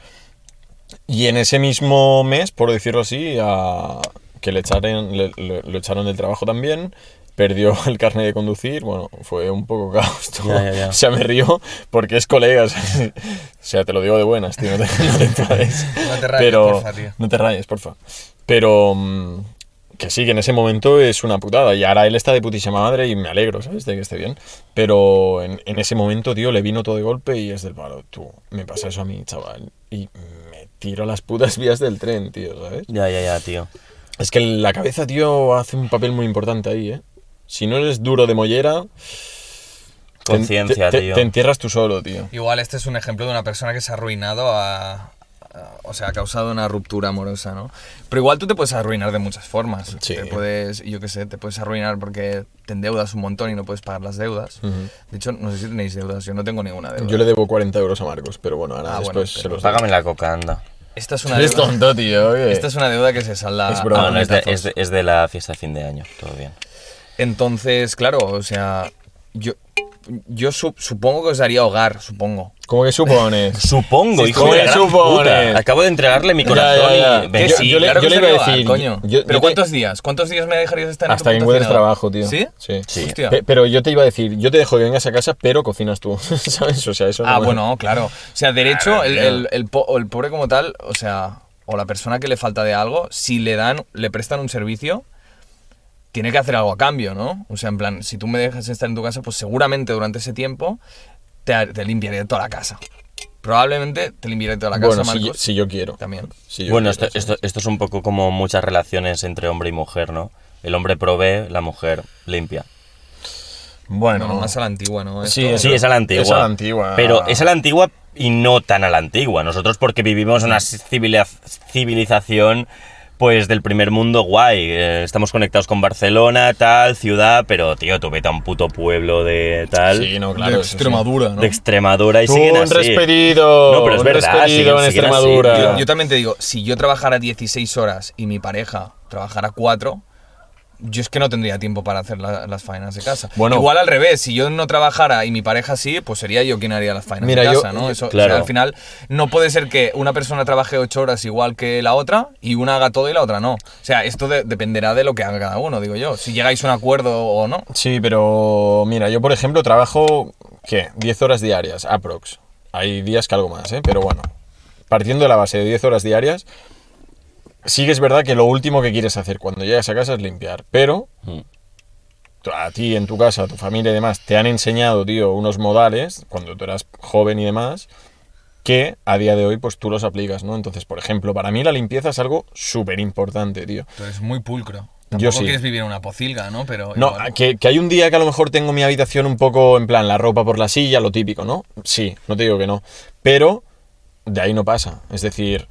Y en ese mismo mes, por decirlo así, a- que le echaron, le- le- lo echaron del trabajo también, perdió el carnet de conducir, bueno, fue un poco caos. todo.
Ya, ya, ya.
O sea, me río porque es colega. O sea, o sea, te lo digo de buenas, tío, no te, no te enfades.
No te rayes,
Pero-
porfa, tío.
No te rayes, porfa. Pero mm, que sí, que en ese momento es una putada. Y ahora él está de putísima madre y me alegro, ¿sabes? De que esté bien. Pero en, en ese momento, tío, le vino todo de golpe y es del palo. Tú, me pasa eso a mí, chaval. Y me tiro a las putas vías del tren, tío, ¿sabes?
Ya, ya, ya, tío.
Es que la cabeza, tío, hace un papel muy importante ahí, ¿eh? Si no eres duro de mollera... te-
Conciencia,
te- te-
tío.
te entierras tú solo, tío.
Igual este es un ejemplo de una persona que se ha arruinado a, ah, o sea, ha causado una ruptura amorosa, ¿no? Pero igual tú te puedes arruinar de muchas formas.
Sí.
Te puedes, yo qué sé, te puedes arruinar porque te endeudas un montón y no puedes pagar las deudas. De hecho, no sé si tenéis deudas, yo no tengo ninguna deuda.
Yo le debo 40 euros a Marcos, pero bueno, ahora
Ah, bueno,
después
pero
se los doy.
Págame Pues la coca, anda.
Esta es una
Eres
deuda.
tonto, tío. oye.
Esta es una deuda que se salda.
Es
a
broma,
Ah, no, es, de,
puñetazos.
es de- es de la fiesta de fin de año, todo bien.
Entonces, claro, o sea, yo, yo su- supongo que os daría hogar, supongo.
¿Cómo que supones?
Supongo,
Sí,
hijo
¿cómo
de la
que
gran
supones?
puta. Acabo de entregarle mi
Ya,
corazón
ya, ya.
y... Ven,
Yo-
sí,
yo le-
claro.
que os
le
daría
iba a
hogar,
decir,
coño.
yo- yo
Pero
te-
¿cuántos días? ¿Cuántos días me dejarías estar en tu
Hasta que
punto
encuentres
final?
trabajo, tío.
¿Sí?
Sí.
Sí.
Hostia.
Pe- Pero yo te iba a decir, yo te dejo que vengas a casa, pero cocinas tú, ¿sabes? O sea, eso
Ah,
no-
bueno, claro. O sea, derecho, el, el, el po- o el pobre como tal, o sea, o la persona que le falta de algo, si le dan, le prestan un servicio, tiene que hacer algo a cambio, ¿no? O sea, en plan, si tú me dejas estar en tu casa, pues seguramente durante ese tiempo te, ha- te limpiaré toda la casa. Probablemente te limpiaré toda la casa,
Bueno, si yo,
Marcos.
si yo quiero.
También.
Si yo
Bueno, esto,
quiero,
esto, esto es un poco como muchas relaciones entre hombre y mujer, ¿no? El hombre provee, la mujer limpia.
sí. Bueno,
Bueno, más a la antigua, ¿no?
Sí,
Esto-
es-
Sí, es a la antigua.
Es a la antigua.
Pero es a la antigua y no tan a la antigua. Nosotros porque vivimos en una
Mm.
civiliz- civilización pues del primer mundo guay. Eh, estamos conectados con Barcelona, tal, ciudad, pero tío, tú vete a un puto pueblo de tal.
Sí, no, claro.
de
eso sí.
Extremadura, ¿no?
De Extremadura y
Tú,
siguen
un
así.
despedido.
No, pero es
un
verdad,
despedido
siguen-
en
siguen así,
Extremadura.
tío.
Yo, yo también te digo, si yo trabajara 16 horas y mi pareja trabajara 4, yo es que no tendría tiempo para hacer la- las faenas de casa.
Bueno.
Igual al revés, si yo no trabajara y mi pareja sí, pues sería yo quien haría las faenas
Mira,
de
yo-
casa, ¿no? Eso, o sea,
claro.
al final no puede ser que una persona trabaje 8 horas igual que la otra y una haga todo y la otra no. O sea, esto de- dependerá de lo que haga cada uno, digo yo. Si llegáis a un acuerdo o no.
Sí, pero mira, yo por ejemplo trabajo, ¿qué? 10 horas diarias, aprox. Hay días que algo más, ¿eh? Pero bueno, partiendo de la base de 10 horas diarias, sí que es verdad que lo último que quieres hacer cuando llegas a casa es limpiar, pero
Mm.
tú- a ti, en tu casa, a tu familia y demás, te han enseñado, tío, unos modales, cuando tú eras joven y demás, que a día de hoy, pues tú los aplicas, ¿no? Entonces, por ejemplo, para mí la limpieza es algo súper importante, tío.
Tú eres muy pulcro.
Yo Tampoco sí. quieres
vivir en una pocilga, ¿no? Pero
No, que, que hay un día que a lo mejor tengo mi habitación un poco en plan la ropa por la silla, lo típico, ¿no? Sí, no te digo que no. Pero de ahí no pasa. Es decir,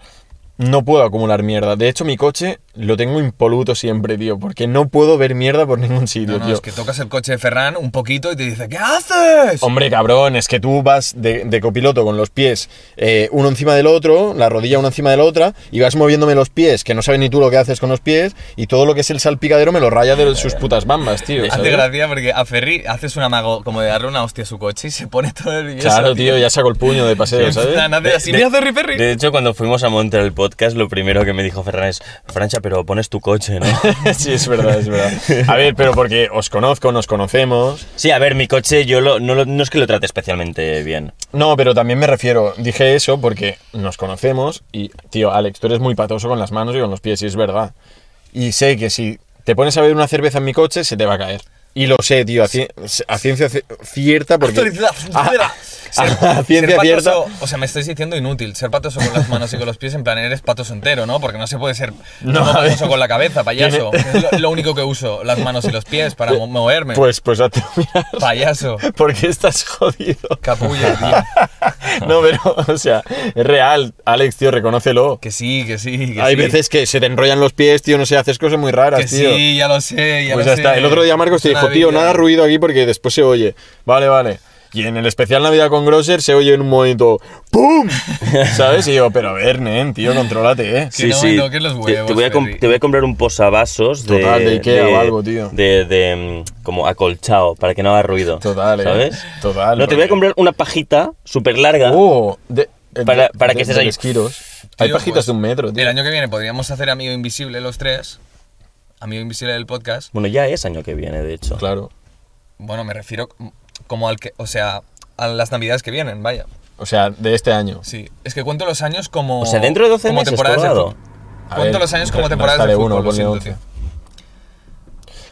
no puedo acumular mierda. De hecho, mi coche lo tengo impoluto siempre, tío, porque no puedo ver mierda por ningún sitio,
No, no,
tío.
es que tocas el coche de Ferran un poquito y te dice, ¿qué haces?
Hombre, cabrón, es que tú vas de, de copiloto con los pies eh, uno encima del otro, la rodilla una encima de la otra, y vas moviéndome los pies, que no sabes ni tú lo que haces con los pies, y todo lo que es el salpicadero me lo raya de sus putas bambas, tío.
Hace
¿sabes?
gracia porque a Ferri haces un amago como de darle una hostia a su coche y se pone todo nervioso.
Claro, tío, ya saco el puño de paseo,
En
¿sabes?
plan, hace así,
de-
mira Ferri Ferri.
De hecho, cuando fuimos a montar el podcast, lo primero que me dijo Ferran es, Francha, pero pones tu coche, ¿no?
sí, es verdad, es verdad. A ver, pero porque os conozco, nos conocemos.
sí, a ver, mi coche yo lo- no, lo- no es que lo trate especialmente bien.
No, pero también me refiero, dije eso porque nos conocemos y, tío, Alex, tú eres muy patoso con las manos y con los pies, y es verdad. Y sé que si te pones a beber una cerveza en mi coche, se te va a caer. Y lo sé, tío, a, ci- a ciencia ce- cierta, porque...
Ah,
A, a- a ciencia cierta...
patoso, o sea, me estáis diciendo inútil, ser patoso con las manos y con los pies, en plan, eres patoso entero, ¿no? Porque no se puede ser
No,
no,
a ver.
patoso con la cabeza, payaso. Es lo, lo único que uso, las manos y los pies para mo- moverme.
Pues, pues, hazte mirar,
Payaso,
porque estás jodido.
capullo, tío.
No, pero, o sea, es real. Alex, tío, reconócelo.
Que sí, que sí, que
Hay
sí.
veces que se te enrollan los pies, tío, no sé, haces cosas muy raras,
Que
tío.
sí, ya lo sé, ya
pues
lo
ya
sé.
está. El otro día Marcos te
Es una
dijo, tío,
habilidad".
nada ruido aquí porque después se oye. Vale, vale. Y en el especial Navidad con Grosser se oye en un momento ¡Pum! ¿Sabes? Y yo, pero a ver, nen, tío, contrólate, ¿eh?
Que no, no, que los
Te-
huevos,
te, voy a com-
Ferri.
te voy a comprar un posavasos de.
Total, de Ikea o algo, tío.
De, de, mm, como acolchado, para que no haga ruido.
Total, ¿eh?
¿Sabes?
Total.
No, te voy a
porque-
comprar una pajita súper larga.
¡Oh! de- el-
Para- para
de-
que estés
de
ahí.
los kilos. Hay
Tío,
pajitas
pues,
de un metro, tío.
El año que viene podríamos hacer Amigo Invisible los tres. Amigo Invisible del podcast.
Bueno, ya es año que viene, de hecho.
Claro.
Bueno, me refiero como al que. O sea, a las navidades que vienen, vaya.
O sea, de este año.
Sí. Es que cuento los años como.
O sea, dentro de 12
como
meses,
temporadas de
colgado.
fut-
A
Cuento
ver,
los años como
re-
temporadas de
réstale
fútbol,
uno,
lo
ponle
siento,
once.
tío.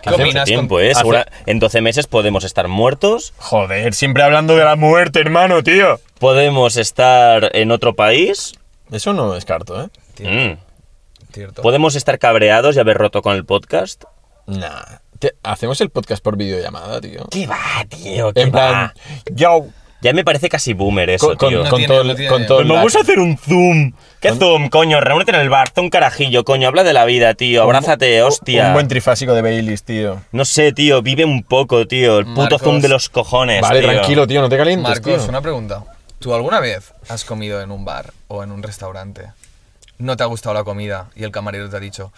¿Qué
Hace
opinas?
tiempo,
con-
¿eh?
hace-
Segura- En 12 meses podemos estar muertos,
Joder, siempre hablando de la muerte, hermano, tío.
podemos estar en otro país,
Eso no lo descarto, ¿eh?
Tío.
mm,
Ah, Cierto.
podemos estar cabreados y haber roto con el podcast.
Nah. Te- hacemos el podcast por videollamada, tío.
¿Qué va, tío? ¿Qué
En plan,
va?
yo,
Ya me parece casi boomer eso,
Con, con-
tío.
con
No tiene-
todo, el-
no tiene-
con todo el
Pues vamos a
lag.
hacer un zoom. ¿Qué zoom, coño? Reúnete en el bar, haz un carajillo, coño. Habla de la vida, tío. Abrázate, hostia.
Un buen trifásico de Baileys, tío.
No sé, tío. Vive un poco, tío. El puto
Marcos.
zoom de los cojones,
Vale,
tío.
tranquilo, tío, no te calientes,
Marcos,
tío.
una pregunta. ¿Tú alguna vez has comido en un bar o en un restaurante? No te ha gustado la comida y el camarero te ha dicho,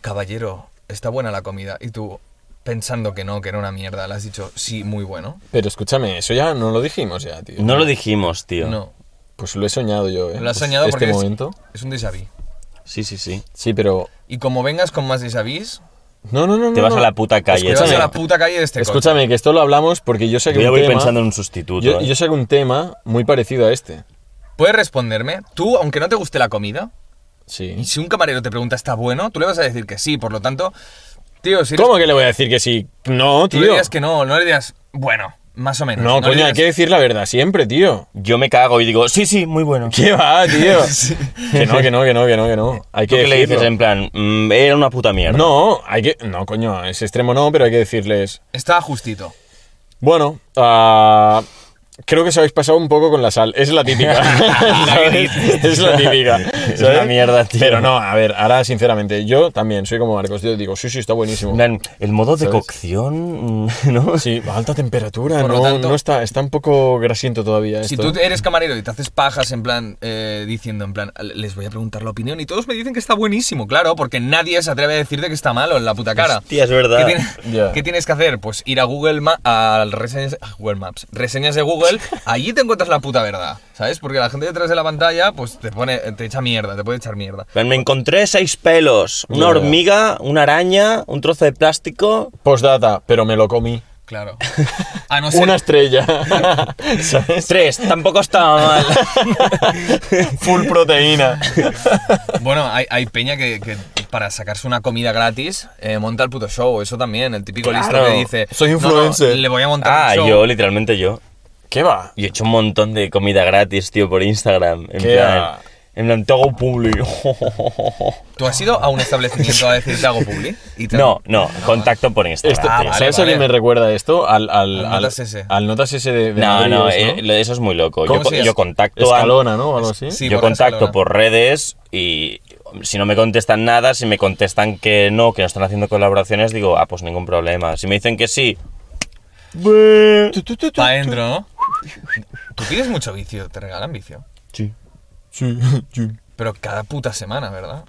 caballero, está buena la comida. Y tú, pensando que no, que era una mierda, le has dicho, sí, muy bueno.
Pero escúchame, eso ya no lo dijimos ya, tío.
No lo dijimos, tío.
No,
Pues lo he soñado yo, ¿eh?
lo has
Pues
soñado
este
porque es-
momento.
es, un déjà vu.
Sí, sí, sí.
Sí, pero...
Y como vengas con más déjà vus,
No, no, no.
Te
no,
vas
no.
a la puta calle.
te vas
Escúchame.
a
tío.
la puta calle de este coche.
Escúchame, que esto lo hablamos porque yo sé que
Yo ya
un
voy
tema-
pensando en un sustituto.
Yo,
eh.
yo sé que un tema muy parecido a este.
¿Puedes responderme? Tú, aunque no te guste la comida,
Sí.
y si un camarero te pregunta, ¿está bueno? Tú le vas a decir que sí, por lo tanto... Tío, si eres
¿Cómo que le voy a decir que sí? No,
Tú
tío.
le dirías que no, no le dirías, bueno, más o menos.
No,
le
coño, hay
dirías-
que decir la verdad siempre, tío.
Yo me cago y digo, sí, sí, muy bueno.
¿Qué va, tío?
Sí.
Que no, que no, que no, que no, que no. Hay
¿Tú
que
qué le dices
decirlo.
en plan? "Mm, era una puta mierda.
No, hay que... No, coño, es extremo no, pero hay que decirles...
Está justito.
Bueno, ah, creo que os habéis pasado un poco con la sal. Es la típica. ¿sabes? es la típica.
Es
¿sabes?
una mierda, tío.
Pero no, a ver, ahora sinceramente, yo también soy como Marcos. Yo digo, sí, sí, está buenísimo.
En plan, El modo de
¿Sabes?
cocción, ¿no?
Sí, a alta temperatura,
Por lo
no,
tanto-
no está, está un poco grasiento todavía
Si
esto. ¿eh?
tú eres camarero y te haces pajas en plan, eh, diciendo en plan, les voy a preguntar la opinión y todos me dicen que está buenísimo, claro, porque nadie se atreve a decirte que está malo en la puta cara.
Hostia, es verdad.
¿Qué, tiene-
Ya.
qué tienes que hacer? Pues ir a Google, Ma- a reseñas, a Google Maps, reseñas de Google, allí te encuentras la puta verdad, ¿sabes? Porque la gente detrás de la pantalla, pues te pone, te echa mierda, te puede echar mierda.
En plan, Me encontré seis pelos, una
Ya.
hormiga, una araña, un trozo de plástico.
Postdata, pero me lo comí.
Claro. A no ser
Una estrella. ¿Sabes?
Tres, tampoco estaba mal.
Full proteína.
Bueno, hay, hay peña que, que para sacarse una comida gratis eh, monta el puto show. Eso también, el típico listo
Claro,
que dice...
soy
"No, no,
influencer".
le voy a montar
ah,
un show.
yo, literalmente yo.
¿Qué va?
Yo he hecho un montón de comida gratis, tío, por Instagram. En
¿Qué?
plan, en plan, te hago publi.
¿Tú has ido a un establecimiento a decir te hago publi? Y te-
no, no, contacto por Instagram.
Esto-
Ah,
tío.
vale,
¿Sabes a
vale.
quién me recuerda esto? Al, al,
Al Notas S.
al Notas S de, de
No,
Madrid,
no, eh, lo- eso es muy loco. Yo,
¿Cómo
co-
se llama?
yo contacto a-
Escalona, ¿no? O algo así.
Sí,
yo
por
contacto
Escalona.
por redes y si no me contestan nada, si me contestan que no, que no están haciendo colaboraciones, digo, ah, pues ningún problema. Si me dicen que sí,
Tu, tu, tu, tu.
Pa' dentro, ¿no? Tú pides mucho vicio, te regalan vicio.
Sí, sí.
Pero cada puta semana, ¿verdad?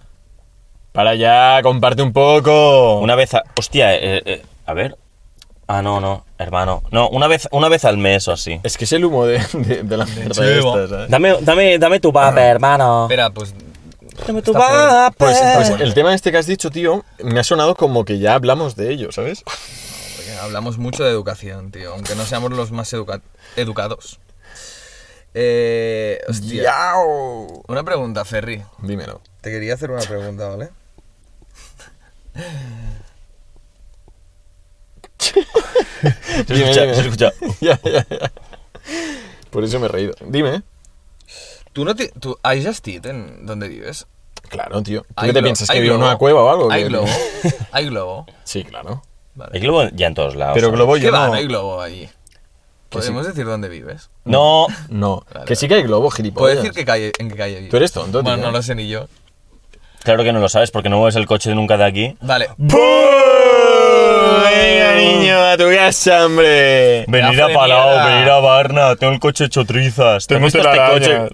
Para allá, comparte un poco.
una vez a... Hostia, eh, eh, a ver. Ah, no, no, hermano. No, una vez, una vez al mes o así.
Es que es el humo de, de- de la mierda
chivo. Eh.
esta, ¿sabes?
Dame, dame, dame tu vape, hermano.
Espera, pues...
Dame tu
está fuerte.
vape.
Pues, pues el tema este que has dicho, tío, me ha sonado como que ya hablamos de ello, ¿sabes?
porque eh, hablamos mucho de educación, tío. Aunque no seamos los más educa- educados. Eh, hostia.
Yao.
Una pregunta, Ferry.
Dímelo.
Te quería hacer una pregunta, ¿vale?
Se escucha,
Dime, dime.
se escucha.
Ya, ya, ya. Por eso me he reído. Dime.
¿Tú no te, tú, ¿Hay Just Eat en donde vives?
Claro, tío. ¿Tú
¿Hay
qué te
globo?
piensas? ¿Que
¿Hay
vivo en
globo?
una cueva o algo?
Hay
¿Qué?
globo. Hay globo.
Sí, claro.
El globo ya en todos lados.
Pero
¿sabes?
globo
¿Qué
yo
va?
no...
No hay globo allí. ¿Podemos decir dónde vives?
No,
No, que sí que hay globo, gilipollas.
¿Puedes decir qué calle, en qué calle vives?
Tú eres tonto,
Bueno,
tío.
no lo sé ni yo.
claro que no lo sabes porque no mueves el coche nunca de aquí.
Vale.
Venga, niño, a tu casa, hombre.
Venir
Pedazo
a
de
Palau,
mierda.
venir a Barna, tengo el coche hecho trizas. ¿Te has visto este coche?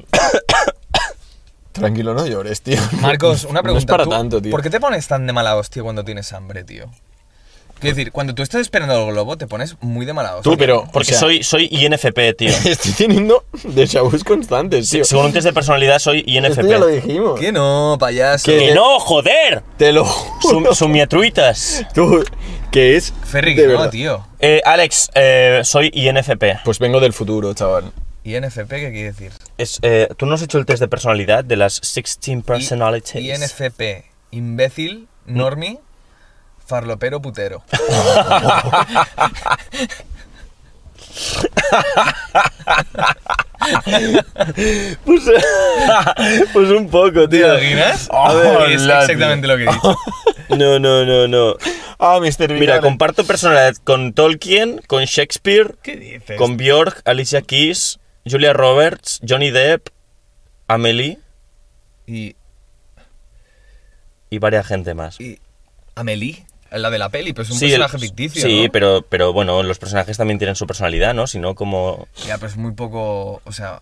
Tranquilo, no llores, tío.
Marcos, una
No es
pregunta.
para
¿tú
tanto, tío.
¿Por qué te pones tan de mala hostia cuando tienes hambre, tío? Quiero decir, cuando tú estás esperando el globo, te pones muy de mala hostia.
Tú, pero... o
Porque
sea,
soy, soy INFP, tío.
Estoy teniendo déjà-vus constantes, tío.
Según un test de personalidad, soy
Esto ya lo
INFP.
dijimos.
¿Qué no, payaso?
¿Qué?
¡Que no, joder!
Te lo juro.
Sum- Sumiatruitas.
Tú, que es...
Ferry,
de
que no,
verdad.
tío.
Eh, Alex, eh, soy INFP.
Pues vengo del futuro, chaval.
INFP, ¿qué quiere decir?
Es, eh, ¿Tú no has hecho el test de personalidad de las 16 personalities? Mm.
INFP, imbécil, normi, farlopero, putero.
Pues, pues un poco,
¿Te imaginas?
A ver,
es
la-
exactamente lo que he dicho.
No, no, no, no.
Ah, Mr.
Mira,
Vidal.
comparto personalidad con Tolkien, con Shakespeare,
¿Qué dices?
con Björk, Alicia Keys, Julia Roberts, Johnny Depp, Amelie
Y,
y varias gente más.
y- Amélie, la de la peli, pero es un
Sí, el-
personaje ficticio.
Sí,
¿no?
pero, pero bueno, los personajes también tienen su personalidad, ¿no? Si no, como...
Ya, pero es muy poco. O sea,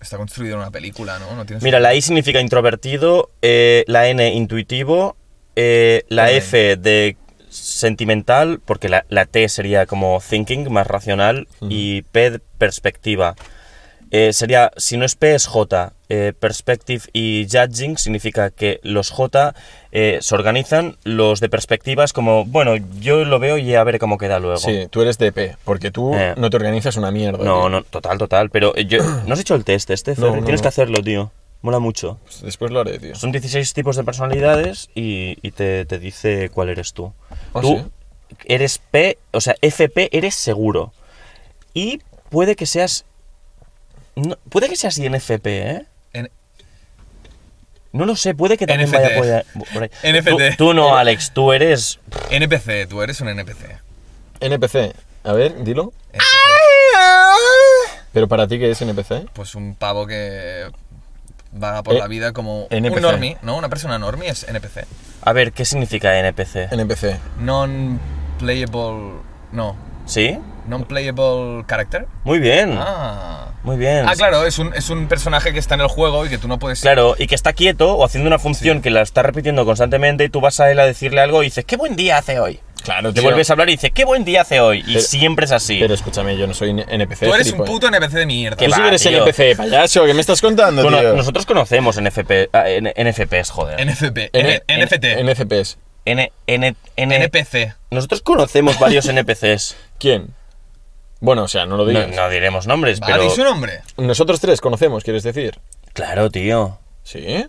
está construido en una película, ¿no? no tiene su-
Mira, la I significa introvertido, eh, la N intuitivo, eh, la
También.
F de sentimental, porque la, la T sería como thinking, más racional, y P de perspectiva. Eh, sería, si no es P, es J. Eh, perspective y judging significa que los J eh, se organizan, los de perspectivas como, bueno, yo lo veo y ya veré cómo queda luego.
Sí, tú eres DP, porque tú
Eh.
no te organizas una mierda.
No,
tío.
no, total, total. Pero eh, yo. ¿No has hecho el test este,
No,
Ferri?
no,
Tienes
no.
que hacerlo, tío. Mola mucho.
Pues después lo haré, tío.
Son 16 tipos de personalidades y, y te, te dice cuál eres tú.
Ah,
tú eres P, o sea, FP eres seguro. Y puede que seas. no- puede que seas INFP, ¿eh?
En-
No lo sé, puede que también
NFT.
vaya por ahí- por ahí.
NFT.
Tú, tú no, Alex, tú eres.
NPC, tú eres un NPC.
NPC. A ver, dilo.
NPC.
¿Pero para ti qué es NPC?
Pues un pavo que vaga por
Eh,
la vida como
NPC.
un normie, ¿no? Una persona normie es NPC.
A ver, ¿qué significa NPC?
NPC.
Non-playable... No.
¿Sí?
Non-playable character.
Muy bien.
Ah.
Muy bien.
Ah, claro, es un, es un personaje que está en el juego y que tú no puedes...
Claro, y que está quieto o haciendo una función que la está repitiendo constantemente y tú vas a él a decirle algo y dices, qué buen día hace hoy.
Claro,
Te vuelves a hablar y dices, qué buen día hace hoy. Y
Pero-
siempre es así.
Pero escúchame, yo no soy ni- NPC.
Tú eres un
gilipollas.
puto NPC de mierda.
Que
Tú sí
va,
eres
tío.
NPC, payaso, ¿qué me estás contando,
Bueno,
tío?
nosotros conocemos NFP, ah, N- NFPs, joder.
NFP.
N-
NFT.
NFPs.
N- N- N-
NPC.
Nosotros conocemos varios NPCs.
¿Quién? Bueno, o sea, no lo
No,
digas.
no diremos nombres,
Va,
pero...
di su nombre.
Nosotros tres conocemos, ¿quieres decir?
Claro, tío.
Sí.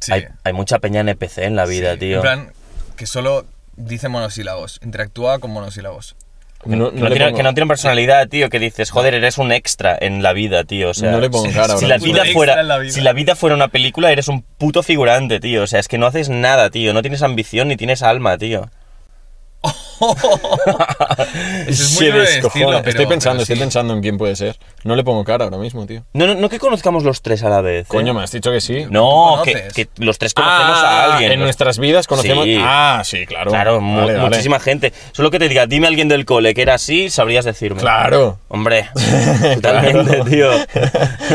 Sí.
Hay, hay mucha peña NPC en la vida,
Sí,
tío.
En plan, que solo dice monosílabos. Interactúa con monosílabos.
No,
que,
no
no
le
tienen,
pongo-
que no tienen personalidad, tío, que dices, joder, eres un extra en la vida, tío. O sea,
No le pongo cara
si
ahora
la,
mismo.
vida
Extra
fuera,
en la vida.
si la vida fuera una película, eres un puto figurante, tío. O sea, es que no haces nada, tío. No tienes ambición ni tienes alma, tío.
Eso es muy
Se
duro de decirlo,
descojona.
pero-
estoy pensando,
pero
estoy
sí.
pensando en quién puede ser. No le pongo cara ahora mismo, tío.
No, no, no que conozcamos los tres a la vez. ¿eh?
Coño, me has dicho que sí.
No,
¿Tú
que,
conoces?
que los tres conocemos
Ah,
a alguien.
En nuestras vidas conocemos.
Sí.
Ah, sí, claro.
Claro, mu-
Vale, vale.
muchísima gente. Solo que te diga, dime a alguien del cole que era así, sabrías decirme.
Claro.
Hombre, totalmente,
Claro.
tío.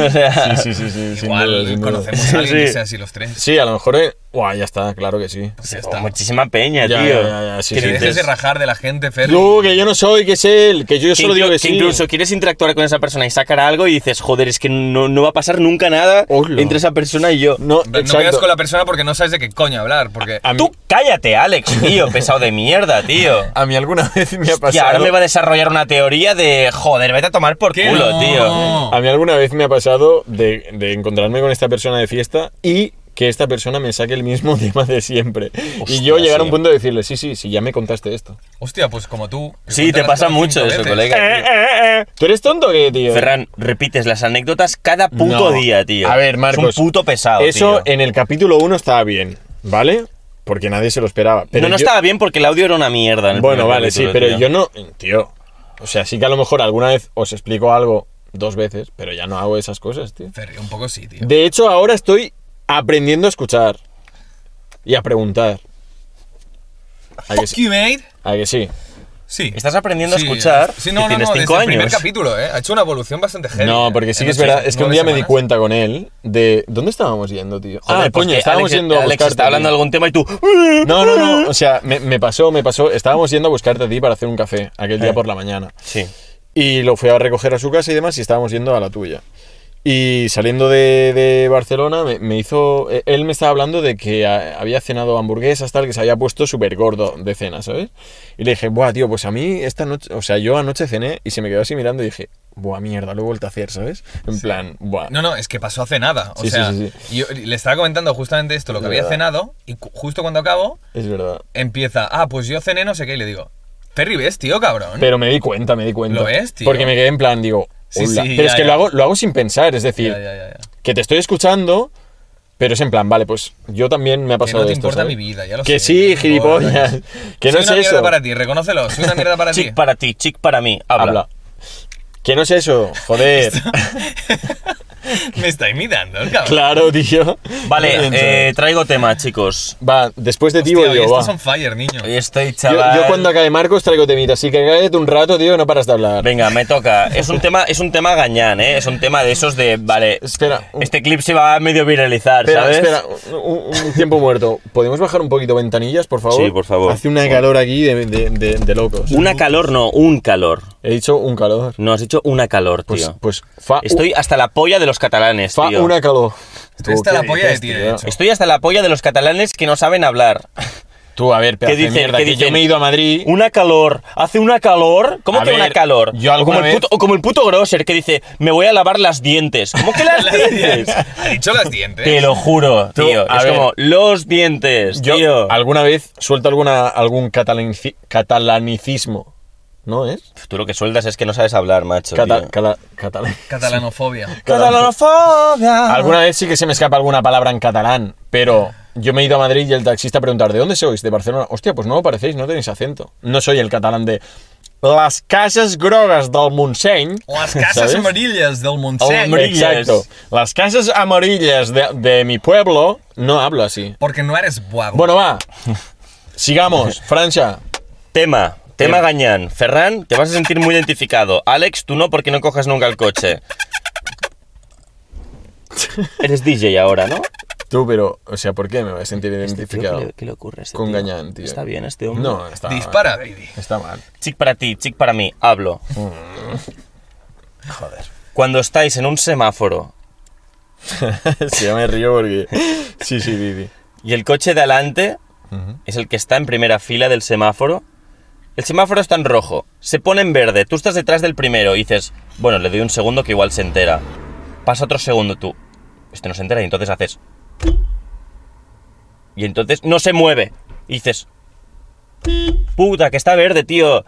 O sea,
Sí, sí, sí, sí. sin duda,
Igual
sin duda.
conocemos a alguien
Sí.
que sea así los tres.
Sí, a lo mejor. eh, Buah, ya está, claro que sí.
Pues ya
o
está.
Muchísima peña,
Ya,
tío.
ya, ya, ya, sí,
Que
sí.
Que dejes
dices-
de rajar de la gente, Fer.
Tú, que yo no soy, que es él, que yo
que
solo digo
inclu-
que
que
sí.
incluso quieres interactuar con esa persona y sacar algo y dices, joder, es que no, no va a pasar nunca nada
Hola.
entre esa persona y yo.
No,
No
exacto.
quedas con la persona porque no sabes de qué coño hablar. Porque
a, mí,
Tú cállate, Alex, tío, pesado de mierda, tío.
a mí alguna vez me ha
Y
pasado.
ahora me va a desarrollar una teoría de, joder, vete a tomar por
¿Qué?
culo,
No.
tío.
A mí alguna vez me ha pasado de, de encontrarme con esta persona de fiesta y que esta persona me saque el mismo tema de siempre. y yo
Hostia,
llegar a
sí.
un punto de decirle, sí, sí, sí, ya me contaste esto.
Hostia, pues como tú. que
Sí, te
cuentas las
pasa
cosas
mucho
cinco
eso,
veces.
colega. tío.
¿Tú eres tonto o qué, tío?
Ferran, repites las anécdotas cada puto
No.
día, tío.
A ver, Marcos.
Es un puto pesado,
Eso
tío.
en el capítulo 1 estaba bien, ¿vale? Porque nadie se lo esperaba. Pero
no, no
yo-
estaba bien porque el audio era una mierda. en el
Bueno,
primer
vale, sí,
capítulo, tío.
pero yo no. Tío. O sea, sí que a lo mejor alguna vez os explico algo dos veces, pero ya no hago esas cosas, tío.
Fer, un poco sí, tío.
De hecho, ahora estoy aprendiendo a escuchar y a preguntar. ¿A que
Fuck
sí?
you, mate.
¿A ¿eh? que sí?
Sí.
Estás aprendiendo a
Sí,
escuchar
Sí,
que
no, no,
tienes
no,
cinco
desde el primer
años.
capítulo, ¿eh? Ha hecho una evolución bastante heavy.
No,
¿eh?
porque sí
En
que es
ocho-
verdad. Es que un
nueve
día me di
semanas.
cuenta con él de. ¿Dónde estábamos yendo, tío?
Joder,
ah,
pues
coño,
que
estábamos
Alex,
yendo a
Alex
buscarte.
está hablando de
tío.
algún tema y tú...
No, no, no. O sea, me, me pasó, me pasó. Estábamos yendo a buscarte a ti para hacer un café aquel día por la mañana.
Sí.
Y lo fui a recoger a su casa y demás y estábamos yendo a la tuya. Y saliendo de, de Barcelona me, me hizo... eh, Él me estaba hablando de que a- había cenado hamburguesas, tal, que se había puesto súper gordo de cena, ¿sabes? Y le dije, buah, tío, pues a mí esta noche... O sea, yo anoche cené y se me quedó así mirando y dije, buah, mierda, lo he vuelto a hacer, ¿sabes? En plan, buah.
No, no, es que pasó hace nada. O
Sí, sí,
sea,
sí,
yo le estaba comentando justamente esto, lo que
Es
había
verdad.
cenado, y cu- justo cuando acabo,
Es verdad.
empieza, ah, pues yo cené no sé qué, y le digo, Ferry, ¿ves, tío, cabrón?
Pero me di cuenta, me di cuenta.
¿Lo ves, tío?
Porque me quedé en plan, digo,
Sí,
"Hola".
sí,
Pero
ya,
es que
ya.
lo hago, lo hago sin pensar, es decir,
Ya, ya, ya, ya.
que te estoy escuchando, pero es en plan, vale, pues yo también me ha
Que
pasado
no te
esto,
importa mi
¿sabes?
vida, ya lo
Que
sé.
sí,
no te importa.
gilipollas. Que no
soy
es
una mierda
eso.
para ti, reconócelo, soy una mierda para ti.
Chic para ti, chic para mí. Habla.
Habla. Que no es eso, joder.
Me está imitando, el cabrón.
claro, tío.
Vale,
No
eh,
pienso.
traigo tema, chicos.
va, después de ti
Tío,
voy yo, va.
estos son fire, niño.
Hoy estoy,
Yo,
chaval.
yo cuando acabe Marcos traigo temita, así que cállate un rato, tío, que no paras de hablar.
Venga, me toca. Es un tema, es un tema gañán, ¿eh? Es un tema de esos de, vale,
Espera, un-
este clip se va a medio viralizar,
espera,
¿sabes?
espera, un, un- un tiempo muerto. ¿Podemos bajar un poquito ventanillas, por favor?
Sí, por favor.
Hace una calor aquí de, de- de- de locos.
Una calor, no, un calor.
He dicho un calor.
No, has dicho una calor,
Pues,
tío.
pues fa,
Estoy hasta la polla de los catalanes,
fa
tío.
una calor.
Estoy hasta la
¿qué
polla de
dices,
ti, de
tío?
hecho.
Estoy hasta la polla de los catalanes que no saben hablar.
Tú, a ver, pedazo de
dicen?
mierda,
¿Qué
que yo
dicen?
me he ido a Madrid.
Una calor, hace una calor. ¿Cómo
A
que una
ver,
calor?
yo
o,
alguna
como el
vez-
puto, o como el puto grosser que dice, me voy a lavar las dientes. ¿Cómo que las dientes?
Ha dicho las dientes.
Te lo juro,
Tú,
tío.
a
es
ver.
como, los dientes,
Yo
tío.
alguna vez suelto alguna, algún catalanici- catalanicismo, ¿no es?
Tú lo que sueltas es que no sabes hablar, macho.
Cata-
tío.
cala- catalán.
Catalanofobia.
Catalanofobia.
Alguna vez sí que se me escapa alguna palabra en catalán, pero yo me he ido a Madrid y el taxista a preguntar, ¿de dónde sois? ¿De Barcelona? Hostia, pues no lo parecéis, no tenéis acento. No soy el catalán de las casas grogas del Montseny.
Las casas
¿sabes? Ah,
amarillas del
Oh, hombre.
Montseny.
Amarillas.
Exacto. Las casas amarillas de, de mi pueblo no hablo así.
Porque no eres guapo.
Bueno, va. Sigamos. Francia.
Tema, tema gañán. Ferran, te vas a sentir muy identificado. Alex, tú no porque no coges nunca el coche. Eres DJ ahora, ¿no? Este,
Tú, pero, o sea, ¿por qué me voy a sentir identificado?
¿Qué le ocurre a este
Con
tío?
Gañán, tío.
¿Está bien este hombre?
No, está
Dispara, baby.
Está mal.
Chic para ti, chic para mí, hablo. Joder.
Mm.
Cuando estáis en un semáforo
sí, yo me río porque... Sí, sí, Didi.
y el coche de adelante
Ujú.
es el que está en primera fila del semáforo, el semáforo está en rojo, se pone en verde, tú estás detrás del primero y dices, bueno, le doy un segundo que igual se entera. Pasa otro segundo tú, este no se entera y entonces haces... Y entonces no se mueve. Y dices, puta, que está verde, tío.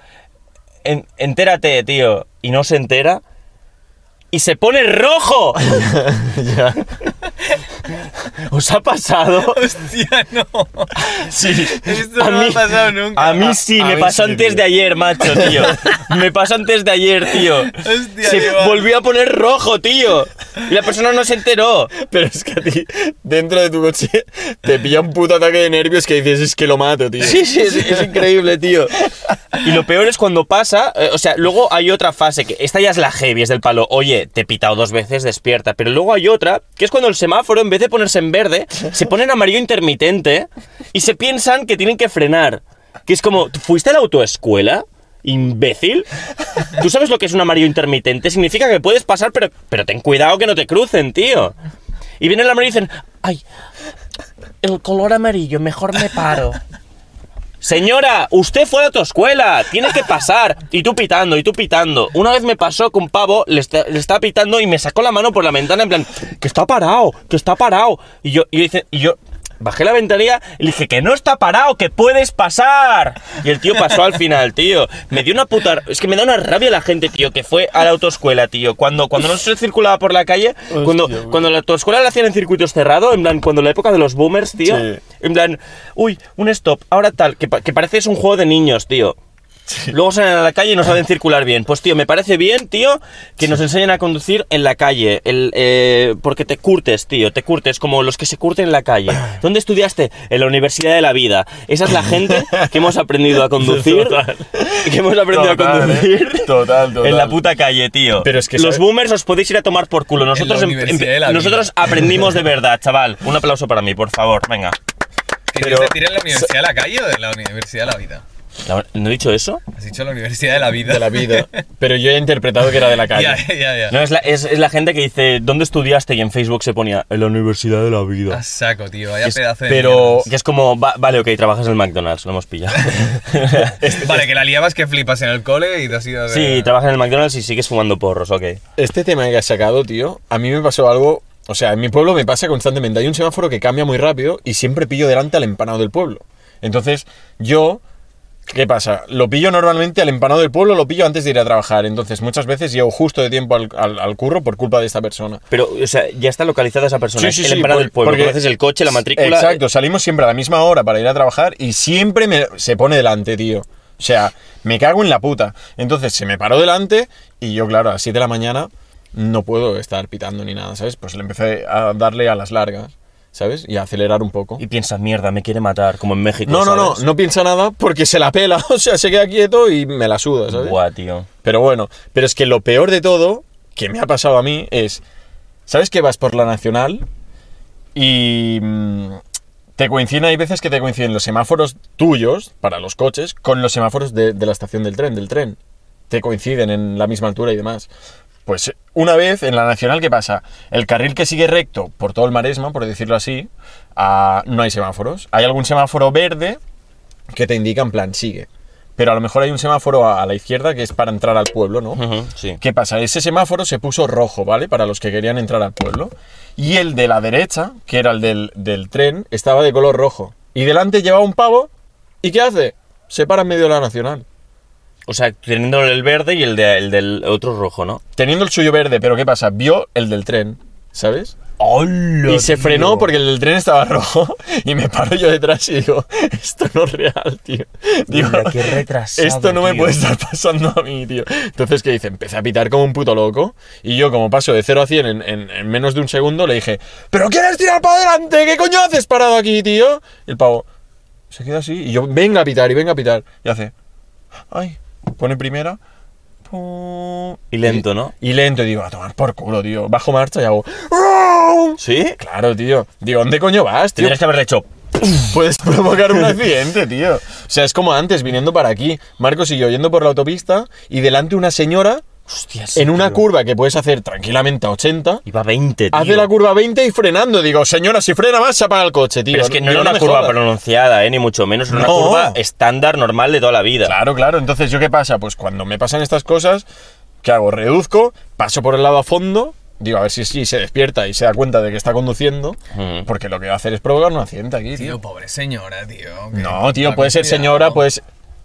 En- entérate, tío. Y no se entera. Y se pone rojo.
Ya.
¿Os ha pasado?
Hostia, no.
Sí.
Esto no me ha pasado nunca.
A mí sí,
A
me
mí
pasó
sí,
antes
tío.
de ayer, macho, tío. Me pasó antes de ayer, tío.
Hostia,
se
Iván.
volvió a poner rojo, tío. Y la persona no se enteró.
Pero es que a ti, dentro de tu coche, te pilla un puto ataque de nervios que dices, es que lo mato, tío.
Sí, sí, es, es increíble, tío. Y lo peor es cuando pasa, eh, o sea, luego hay otra fase que esta ya es la heavy, es del palo, oye, te he pitado dos veces, despierta. Pero luego hay otra, que es cuando el semáforo, en vez de ponerse en verde, se pone en amarillo intermitente y se piensan que tienen que frenar. Que es como, ¿tú ¿fuiste a la autoescuela? Imbécil. ¿Tú sabes lo que es un amarillo intermitente? Significa que puedes pasar, pero, pero ten cuidado que no te crucen, tío. Y viene el amarillo y dicen, ay, el color amarillo, mejor me paro. Señora, usted fue a tu escuela, tiene que pasar. Y tú pitando, y tú pitando. Una vez me pasó que un pavo le, está- le estaba pitando y me sacó la mano por la ventana en plan, que está parado, que está parado. Y yo, y yo, hice- y yo bajé la ventanilla y le dije, que no está parado, que puedes pasar. Y el tío pasó al final, tío. Me dio una puta... ra- Es que me da una rabia la gente, tío, que fue a la autoescuela, tío. Cuando, cuando no se circulaba por la calle, cuando, cuando la autoescuela la hacían en circuitos cerrados, en plan, cuando la época de los boomers, tío.
Sí.
En plan, uy, un stop, ahora tal, que, pa- que parece es un juego de niños, tío. Luego salen a la calle y no saben circular bien. Pues tío, me parece bien, tío, que nos enseñen a conducir en la calle. El, eh, porque te curtes, tío, te curtes, como los que se curten en la calle. ¿Dónde estudiaste? En la Universidad de la Vida. Esa es la gente que hemos aprendido a conducir.
Total.
Que hemos aprendido a
Total, ¿eh?
conducir.
Total, total.
En la puta calle, tío.
Pero es que
los
sabe-
boomers os podéis ir a tomar por culo. Nosotros, em-
Universidad
em-
de la
nosotros aprendimos de verdad, chaval. Un aplauso para mí, por favor. Venga.
¿Querías decir en la universidad de la calle o de la universidad de la vida?
La- ¿No he dicho eso?
Has dicho la universidad de la vida.
De la vida. Pero yo he interpretado que era de la calle.
ya, ya, ya.
No, es la, es, es la gente que dice, ¿dónde estudiaste? Y en Facebook se ponía, en la Universidad de la Vida.
Ah,
A saco, tío. Vaya
Es-
pedazo de
pero-
Que es como, va- vale, ok, trabajas en el McDonald's, lo hemos pillado.
Este
mierdas. Vale, que la liabas que flipas en el cole y te has ido de...
sí, trabajas en el McDonald's y sigues fumando porros, ok.
Este tema que has sacado, tío, a mí me pasó algo. O sea, en mi pueblo me pasa constantemente. Hay un semáforo que cambia muy rápido y siempre pillo delante al empanado del pueblo. Entonces, yo. ¿Qué pasa? Lo pillo normalmente al empanado del pueblo, lo pillo antes de ir a trabajar. Entonces, muchas veces llego justo de tiempo al, al- al curro por culpa de esta persona.
Pero, o sea, ya está localizada esa persona.
Sí,
es
sí,
el
sí,
empanado
por-
del pueblo.
porque-
Conoces el coche, la matrícula. eh.
Exacto, salimos siempre a la misma hora para ir a trabajar y siempre me, se pone delante, tío. O sea, me cago en la puta. Entonces se me paró delante y yo, claro, a las 7 de la mañana no puedo estar pitando ni nada, ¿sabes? Pues le empecé a darle a las largas, ¿sabes? Y a acelerar un poco.
Y piensas, mierda, me quiere matar, como en México.
No, no, no,
¿sabes?
no piensa nada porque se la pela, o sea, se queda quieto y me la suda, ¿sabes?
Buah, tío.
Pero bueno, pero es que lo peor de todo que me ha pasado a mí es, ¿sabes que vas por la nacional y mm, te coinciden, hay veces que te coinciden los semáforos tuyos para los coches con los semáforos de, de la estación del tren, del tren. Te coinciden en la misma altura y demás. Pues una vez en la nacional, ¿qué pasa? El carril que sigue recto por todo el maresma, por decirlo así, ah, no hay semáforos. Hay algún semáforo verde que te indica en plan sigue. Pero a lo mejor hay un semáforo a, a la izquierda que es para entrar al pueblo, ¿no?
Ujú, sí.
¿Qué pasa? Ese semáforo se puso rojo, ¿vale? Para los que querían entrar al pueblo. Y el de la derecha, que era el del, del tren, estaba de color rojo. Y delante llevaba un pavo. ¿Y qué hace? Se para en medio de la nacional.
O sea, teniendo el verde y el, de- el del otro rojo, ¿no?
Teniendo el suyo verde, pero ¿qué pasa? Vio el del tren, ¿sabes?
¡Hola!
Y se frenó porque el del tren estaba rojo. Y me paro yo detrás y digo, esto no es real, tío. Digo,
Mira, qué retrasado,
Esto no me
tío.
puede estar pasando a mí, tío. Entonces, ¿qué dice? Empecé a pitar como un puto loco. Y yo, como paso de 0 a 100 en, en- en menos de un segundo, le dije, ¿pero quieres tirar para adelante? ¿Qué coño haces parado aquí, tío? Y el pavo se queda así. Y yo, venga a pitar y venga a pitar. Y hace, ay, pone primera. pum,
Y lento, ¿no?
Y lento, y digo, a tomar por culo, tío. Bajo marcha y hago.
¿Sí?
Claro, tío. Digo, ¿dónde coño vas, tío?
Tendrías que haberle hecho.
Puedes provocar un accidente, tío. O sea, es como antes, viniendo para aquí. Marcos y yo yendo por la autopista y delante una señora,
Hostias.
en una curva que puedes hacer tranquilamente a 80,
Iba a 20, tío.
hace la curva 20 y frenando. Digo, señora, si frena más, se apaga el coche, tío.
Pero es que no era una
me
curva
jodas.
pronunciada, ¿eh? Ni mucho menos. Era una
No.
curva estándar, normal de toda la vida.
Claro, claro. Entonces, ¿yo qué pasa? Pues cuando me pasan estas cosas, ¿qué hago? Reduzco, paso por el lado a fondo, digo, a ver si, si se despierta y se da cuenta de que está conduciendo,
Mm.
porque lo que va a hacer es provocar un accidente aquí, tío.
Tío, pobre señora, tío. que-
No, tío,
que
puede ser
cuidado.
señora, pues.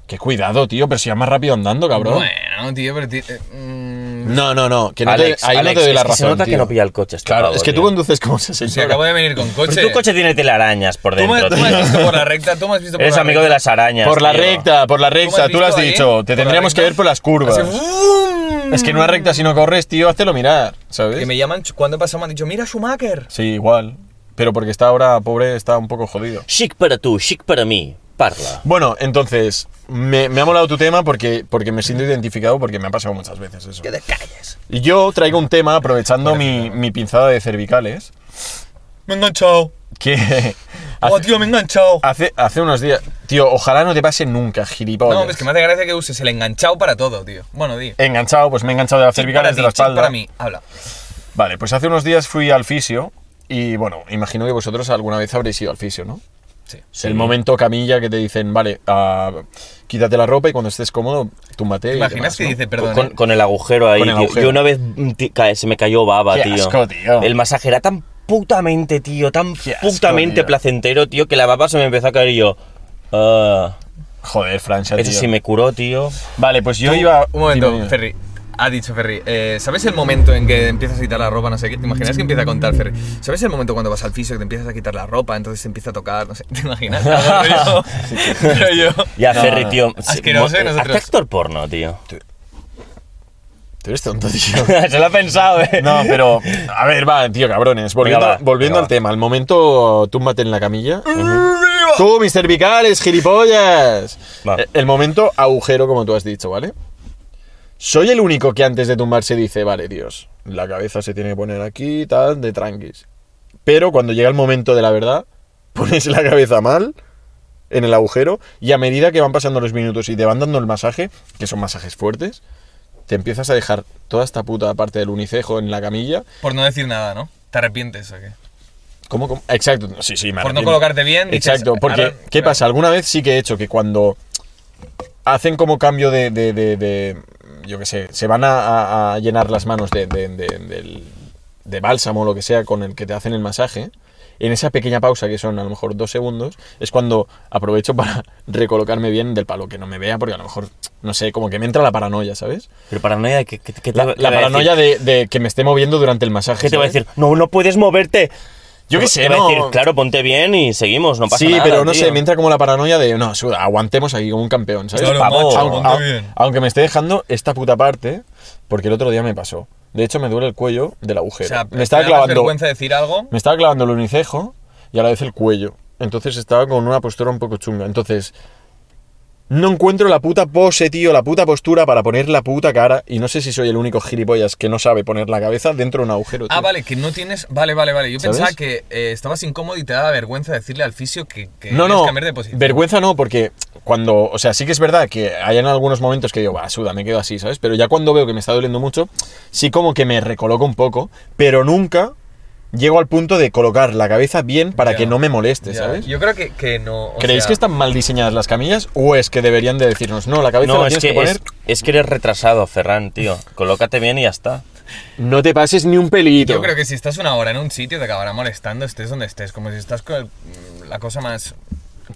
Qué cuidado, tío, pero si va más rápido andando, cabrón.
Bueno, tío, pero. ti- eh, mm,
No, no, no, que no
Alex,
te, ahí
Alex,
no te doy la
es que
razón.
se nota que
tío.
no pilla el coche este
Claro,
pavo,
es que
tío.
tú conduces como esa señora.
Si acabo de venir con coche.
Pero tu coche tiene telarañas por
¿Tú me,
dentro.
tú me
tío.
has visto por la recta, tú me has visto por
Eres
la
amigo
recta.
de las arañas.
Por la
tío.
recta, por la recta,
has
tú lo has
visto ahí?
dicho. Te
eh? ¿Por la
tendríamos que
recta?
ver por las curvas.
Hace ¡uh! ¡vum!
Es que en una recta, si no corres, tío, hazte lo mirar,
Que
¿sabes?
me llaman, cuando he pasado me han dicho, mira Schumacher.
Sí, igual. Pero porque está ahora, pobre, está un poco jodido.
Chic para tú, chic para mí. Parla.
Bueno, entonces, me, me ha molado tu tema porque, porque me siento identificado porque me ha pasado muchas veces eso.
Que te calles.
Y yo traigo un tema, aprovechando mi, mi pinzada de cervicales,
Me he enganchado.
que
Ah,
Oh,
hace,
tío, me he enganchado.
hace, hace unos días... Tío, ojalá no te pase nunca, gilipollas.
No, es que me hace gracia que uses el enganchado para todo, tío. Bueno, di.
Enganchado, pues me he enganchado de las cervicales,
para
de la
ti, chip
espalda.
Para mí, habla.
Vale, pues hace unos días fui al fisio y, bueno, imagino que vosotros alguna vez habréis ido al fisio, ¿no?
Sí.
El momento camilla que te dicen, vale, ah, quítate la ropa y cuando estés cómodo, túmbate.
¿Te
y
imaginas
demás,
que
¿no?
dice, perdón?
Con,
eh?
con el agujero ahí,
Con el
tío.
agujero.
Yo una vez mm, ti- cae- se me cayó baba,
Qué
tío.
asco, tío.
El masaje era tan putamente, tío, tan
Qué asco,
putamente
tío.
placentero, tío, que la baba se me empezó a caer y yo. ah,
Joder, Francia,
eso
tío.
sí me curó, tío.
Vale, pues yo iba...
Un momento,
Dime, dime.
Ferry. Ha dicho Ferry, eh, ¿sabes el momento en que empiezas a quitar la ropa? No sé qué. ¿Te imaginas que empieza a contar Ferry? ¿Sabes el momento cuando vas al fisio que te empiezas a quitar la ropa? Entonces te empieza a tocar, no sé. ¿Te imaginas? Algo rollo- rollo-
Ya,
No,
Ferry,
no.
tío.
Asqueroso,
mo-
y nosotros-
hazte actor porno, tío.
Tú eres tonto, tío.
se lo ha pensado, eh.
No, pero. A ver, va, tío, cabrones. Volviendo,
Venga, va,
volviendo
venga,
al
va.
tema. Al momento, túmbate en la camilla. Tú, mis cervicales, gilipollas.
Va.
Eh, El momento agujero, como tú has dicho, ¿vale? Soy el único que antes de tumbarse dice, vale, Dios, la cabeza se tiene que poner aquí, tal, de tranquis. Pero cuando llega el momento de la verdad, pones la cabeza mal en el agujero y a medida que van pasando los minutos y te van dando el masaje, que son masajes fuertes, te empiezas a dejar toda esta puta parte del unicejo en la camilla.
Por no decir nada, ¿no? ¿Te arrepientes o qué?
¿Cómo, cómo? Exacto, sí, sí,
Por
me
no
arrepiento.
colocarte bien, dices,
Exacto, porque,
ahora-
¿qué
claro.
pasa? Alguna vez sí que he hecho que cuando hacen como cambio de, de- de- de- yo qué sé, se van a, a- a llenar las manos de, de- de- del- de bálsamo o lo que sea con el que te hacen el masaje, en esa pequeña pausa que son a lo mejor dos segundos, es cuando aprovecho para recolocarme bien del palo, que no me vea, porque a lo mejor, no sé, como que me entra la paranoia, ¿sabes?
Pero paranoia, ¿qué, qué- qué te
La,
va-
la
le va a decir?
paranoia de, de que me esté moviendo durante el masaje.
¿Qué te va a
¿sabes?
decir? No, no puedes moverte.
Yo qué
Te
sé,
va a
no.
decir, claro, ponte bien y seguimos, no pasa
sí,
nada.
pero no
tío.
sé, me entra como la paranoia de, no, suda, aguantemos aquí como un campeón, ¿sabes?
Claro,
Pavo,
macho,
aunque,
aguanta
au-
bien.
aunque me esté dejando esta puta parte, porque el otro día me pasó. De hecho, me duele el cuello del agujero.
O sea,
me estaba
¿te da más
clavando.
vergüenza decir algo?
Me estaba clavando el unicejo y a la vez el cuello. Entonces estaba con una postura un poco chunga. Entonces, no encuentro la puta pose, tío, la puta postura para poner la puta cara. Y no sé si soy el único gilipollas que no sabe poner la cabeza dentro de un agujero.
Ah,
tío.
vale, que no tienes. Vale, vale, vale. Yo
¿Sabes?
pensaba que eh, estabas incómodo y te daba vergüenza decirle al fisio que, que
No,
tienes
no.
que cambiar de posición.
Vergüenza no, porque cuando. O sea, sí que es verdad que hay en algunos momentos que digo, va, suda, me quedo así, ¿sabes? Pero ya cuando veo que me está doliendo mucho, sí como que me recoloco un poco, pero nunca llego al punto de colocar la cabeza bien para
Ya.
que no me moleste,
Ya,
¿sabes?
Yo creo que, que no. o
¿Creéis
sea,
que están mal diseñadas las camillas o es que deberían de decirnos, no, la cabeza
No,
la
es
tienes
que,
que, poner,
es, es que eres retrasado, Ferran, tío. Colócate bien y ya está.
no te pases ni un pelito?
Yo creo que si estás una hora en un sitio te acabará molestando, estés donde estés, como si estás con el- mm, la cosa más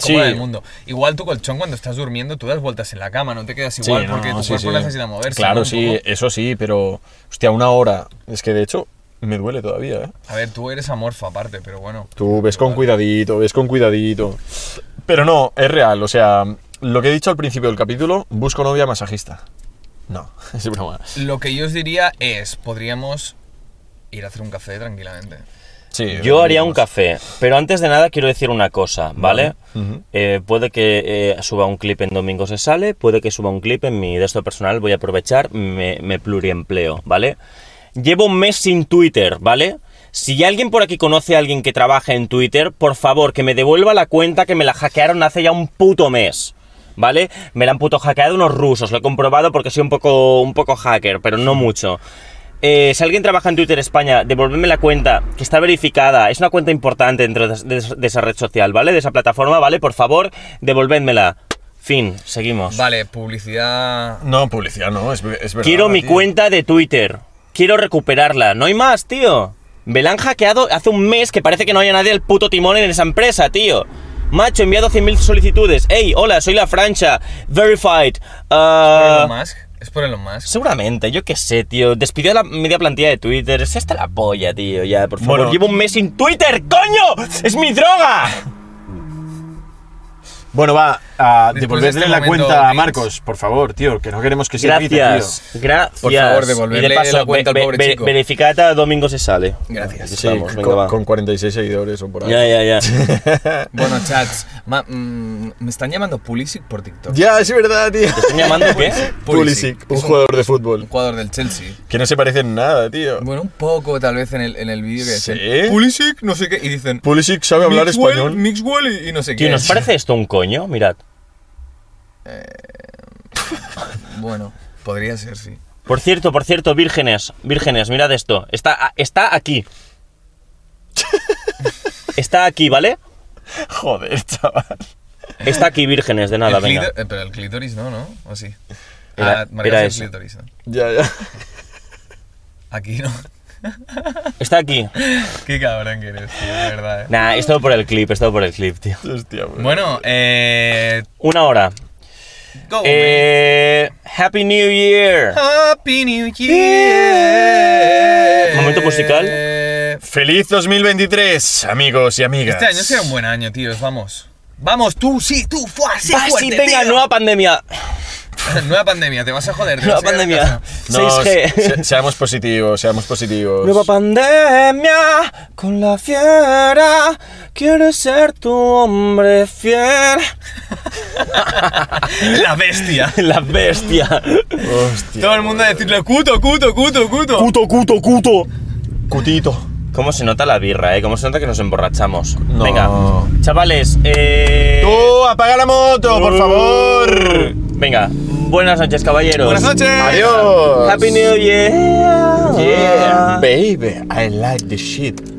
Sí.
cómoda del mundo. Igual tu colchón cuando estás durmiendo, tú das vueltas en la cama, no te quedas
Sí,
igual
no,
porque tu
sí,
cuerpo
sí.
necesita moverse. ¿no?
Claro,
Un
sí,
poco.
eso sí, pero, hostia, una hora, es que de hecho me duele todavía, ¿eh?
A ver, tú eres amorfo aparte, pero bueno.
Tú ves con cuidadito, ves con cuidadito. Pero no, es real, o sea, lo que he dicho al principio del capítulo, busco novia masajista. No, es broma.
Lo que yo os diría es, podríamos ir a hacer un café tranquilamente.
Sí, eh,
Yo haría un
digamos.
café, pero antes de nada quiero decir una cosa, ¿vale?
Vale. Ujú.
Eh, puede que eh, suba un clip en Domingo se sale, puede que suba un clip en mi de esto personal, voy a aprovechar, me, me pluriempleo, ¿vale? Llevo un mes sin Twitter, ¿vale? Si alguien por aquí conoce a alguien que trabaja en Twitter, por favor, que me devuelva la cuenta que me la hackearon hace ya un puto mes. ¿Vale? Me la han puto hackeado unos rusos, lo he comprobado porque soy un poco, un poco hacker, pero no mucho. Eh, si alguien trabaja en Twitter España, devolvedme la cuenta, que está verificada, es una cuenta importante dentro de, de- de esa red social, ¿vale? De esa plataforma, ¿vale? Por favor, devolvédmela. Fin, seguimos.
Vale, publicidad...
No, publicidad no, es, es verdad.
Quiero mi
tío.
cuenta de Twitter. Quiero recuperarla. No hay más, tío. Me la han hackeado hace un mes que parece que no haya nadie al puto timón en esa empresa, tío. Macho, he enviado 100.000 solicitudes. Hey, hola, soy la Francha. Verified. Ah,
Elon Musk, es por Elon Musk.
seguramente, yo qué sé, tío. Despidió a la media plantilla de Twitter. Es esta la polla, tío. Ya, por favor.
Bueno.
Llevo un mes sin Twitter, coño. Es mi droga.
Bueno, va, a
Después
devolverle
de este
la
momento,
cuenta a
Vince.
Marcos, por favor, tío, que no queremos que se irrite,
Gracias. Gracias.
Por favor,
devolverme
devolverle la cuenta al pobre chico.
Verificad a domingo se sale.
Gracias.
Aquí
tío. Sí,
estamos, venga,
con,
va.
con 46 seguidores o por ahí.
Ya, ya, ya.
Bueno, chats, ma- mm, me están llamando Pulisic por TikTok.
Ya, es verdad, tío.
¿Te están llamando qué?
Pues
Pulisic, un
es
jugador de
un
fútbol.
jugador del Chelsea.
Que no se parece en nada, tío.
Bueno, un poco tal vez en el, en el vídeo que
Sí.
dicen Pulisic, no sé qué, y dicen
Pulisic sabe hablar
Mixwell,
español.
Mixwell y, y no sé
Tío,
qué.
¿nos parece esto un coño? Mirad.
Bueno, podría ser, sí.
Por cierto, por cierto, vírgenes, vírgenes, mirad esto. Está, está aquí. Está aquí, ¿vale?
Joder, chaval.
Está aquí, vírgenes, de nada,
El
venga.
clítor- eh, pero el clítoris no, ¿no? ¿O sí?
Era-
ah, María
era
es
ese.
el clítoris, ¿no?
Ya, ya.
Aquí no.
Está aquí.
qué cabrón que eres, tío, de verdad. eh.
Nah, es todo por el clip, es todo por el clip, tío.
Hostia, bro.
Bueno, eh.
Una hora.
Go,
Eh, Happy New Year.
man. Happy New Year.
Eh. Momento musical.
Este
Feliz 2023, amigos y amigas.
año será un buen año, tíos, vamos. Vamos, tú, sí, tú, fuá, sí,
Va, sí,
fuerte,
venga,
tío.
nueva pandemia.
Nueva pandemia, te vas a joder. te
Nueva
vas a quedar en
pandemia.
casa.
No,
6G.
se- seamos positivos, seamos positivos.
Nueva pandemia con la fiera. Quiero ser tu hombre fiel.
La bestia.
La bestia.
Hostia.
Todo el mundo a decirle cuto, cuto, cuto, cuto.
Cuto, cuto, cuto.
Cutito.
¿Cómo se nota la birra, eh? ¿Cómo se nota que nos emborrachamos?
No.
Venga, chavales, eh...
¡Tú, apaga la moto,
Uh.
por favor!
Venga, buenas noches, caballeros.
Buenas noches.
¡Adiós!
Happy New Year.
Yeah, baby, I like the shit.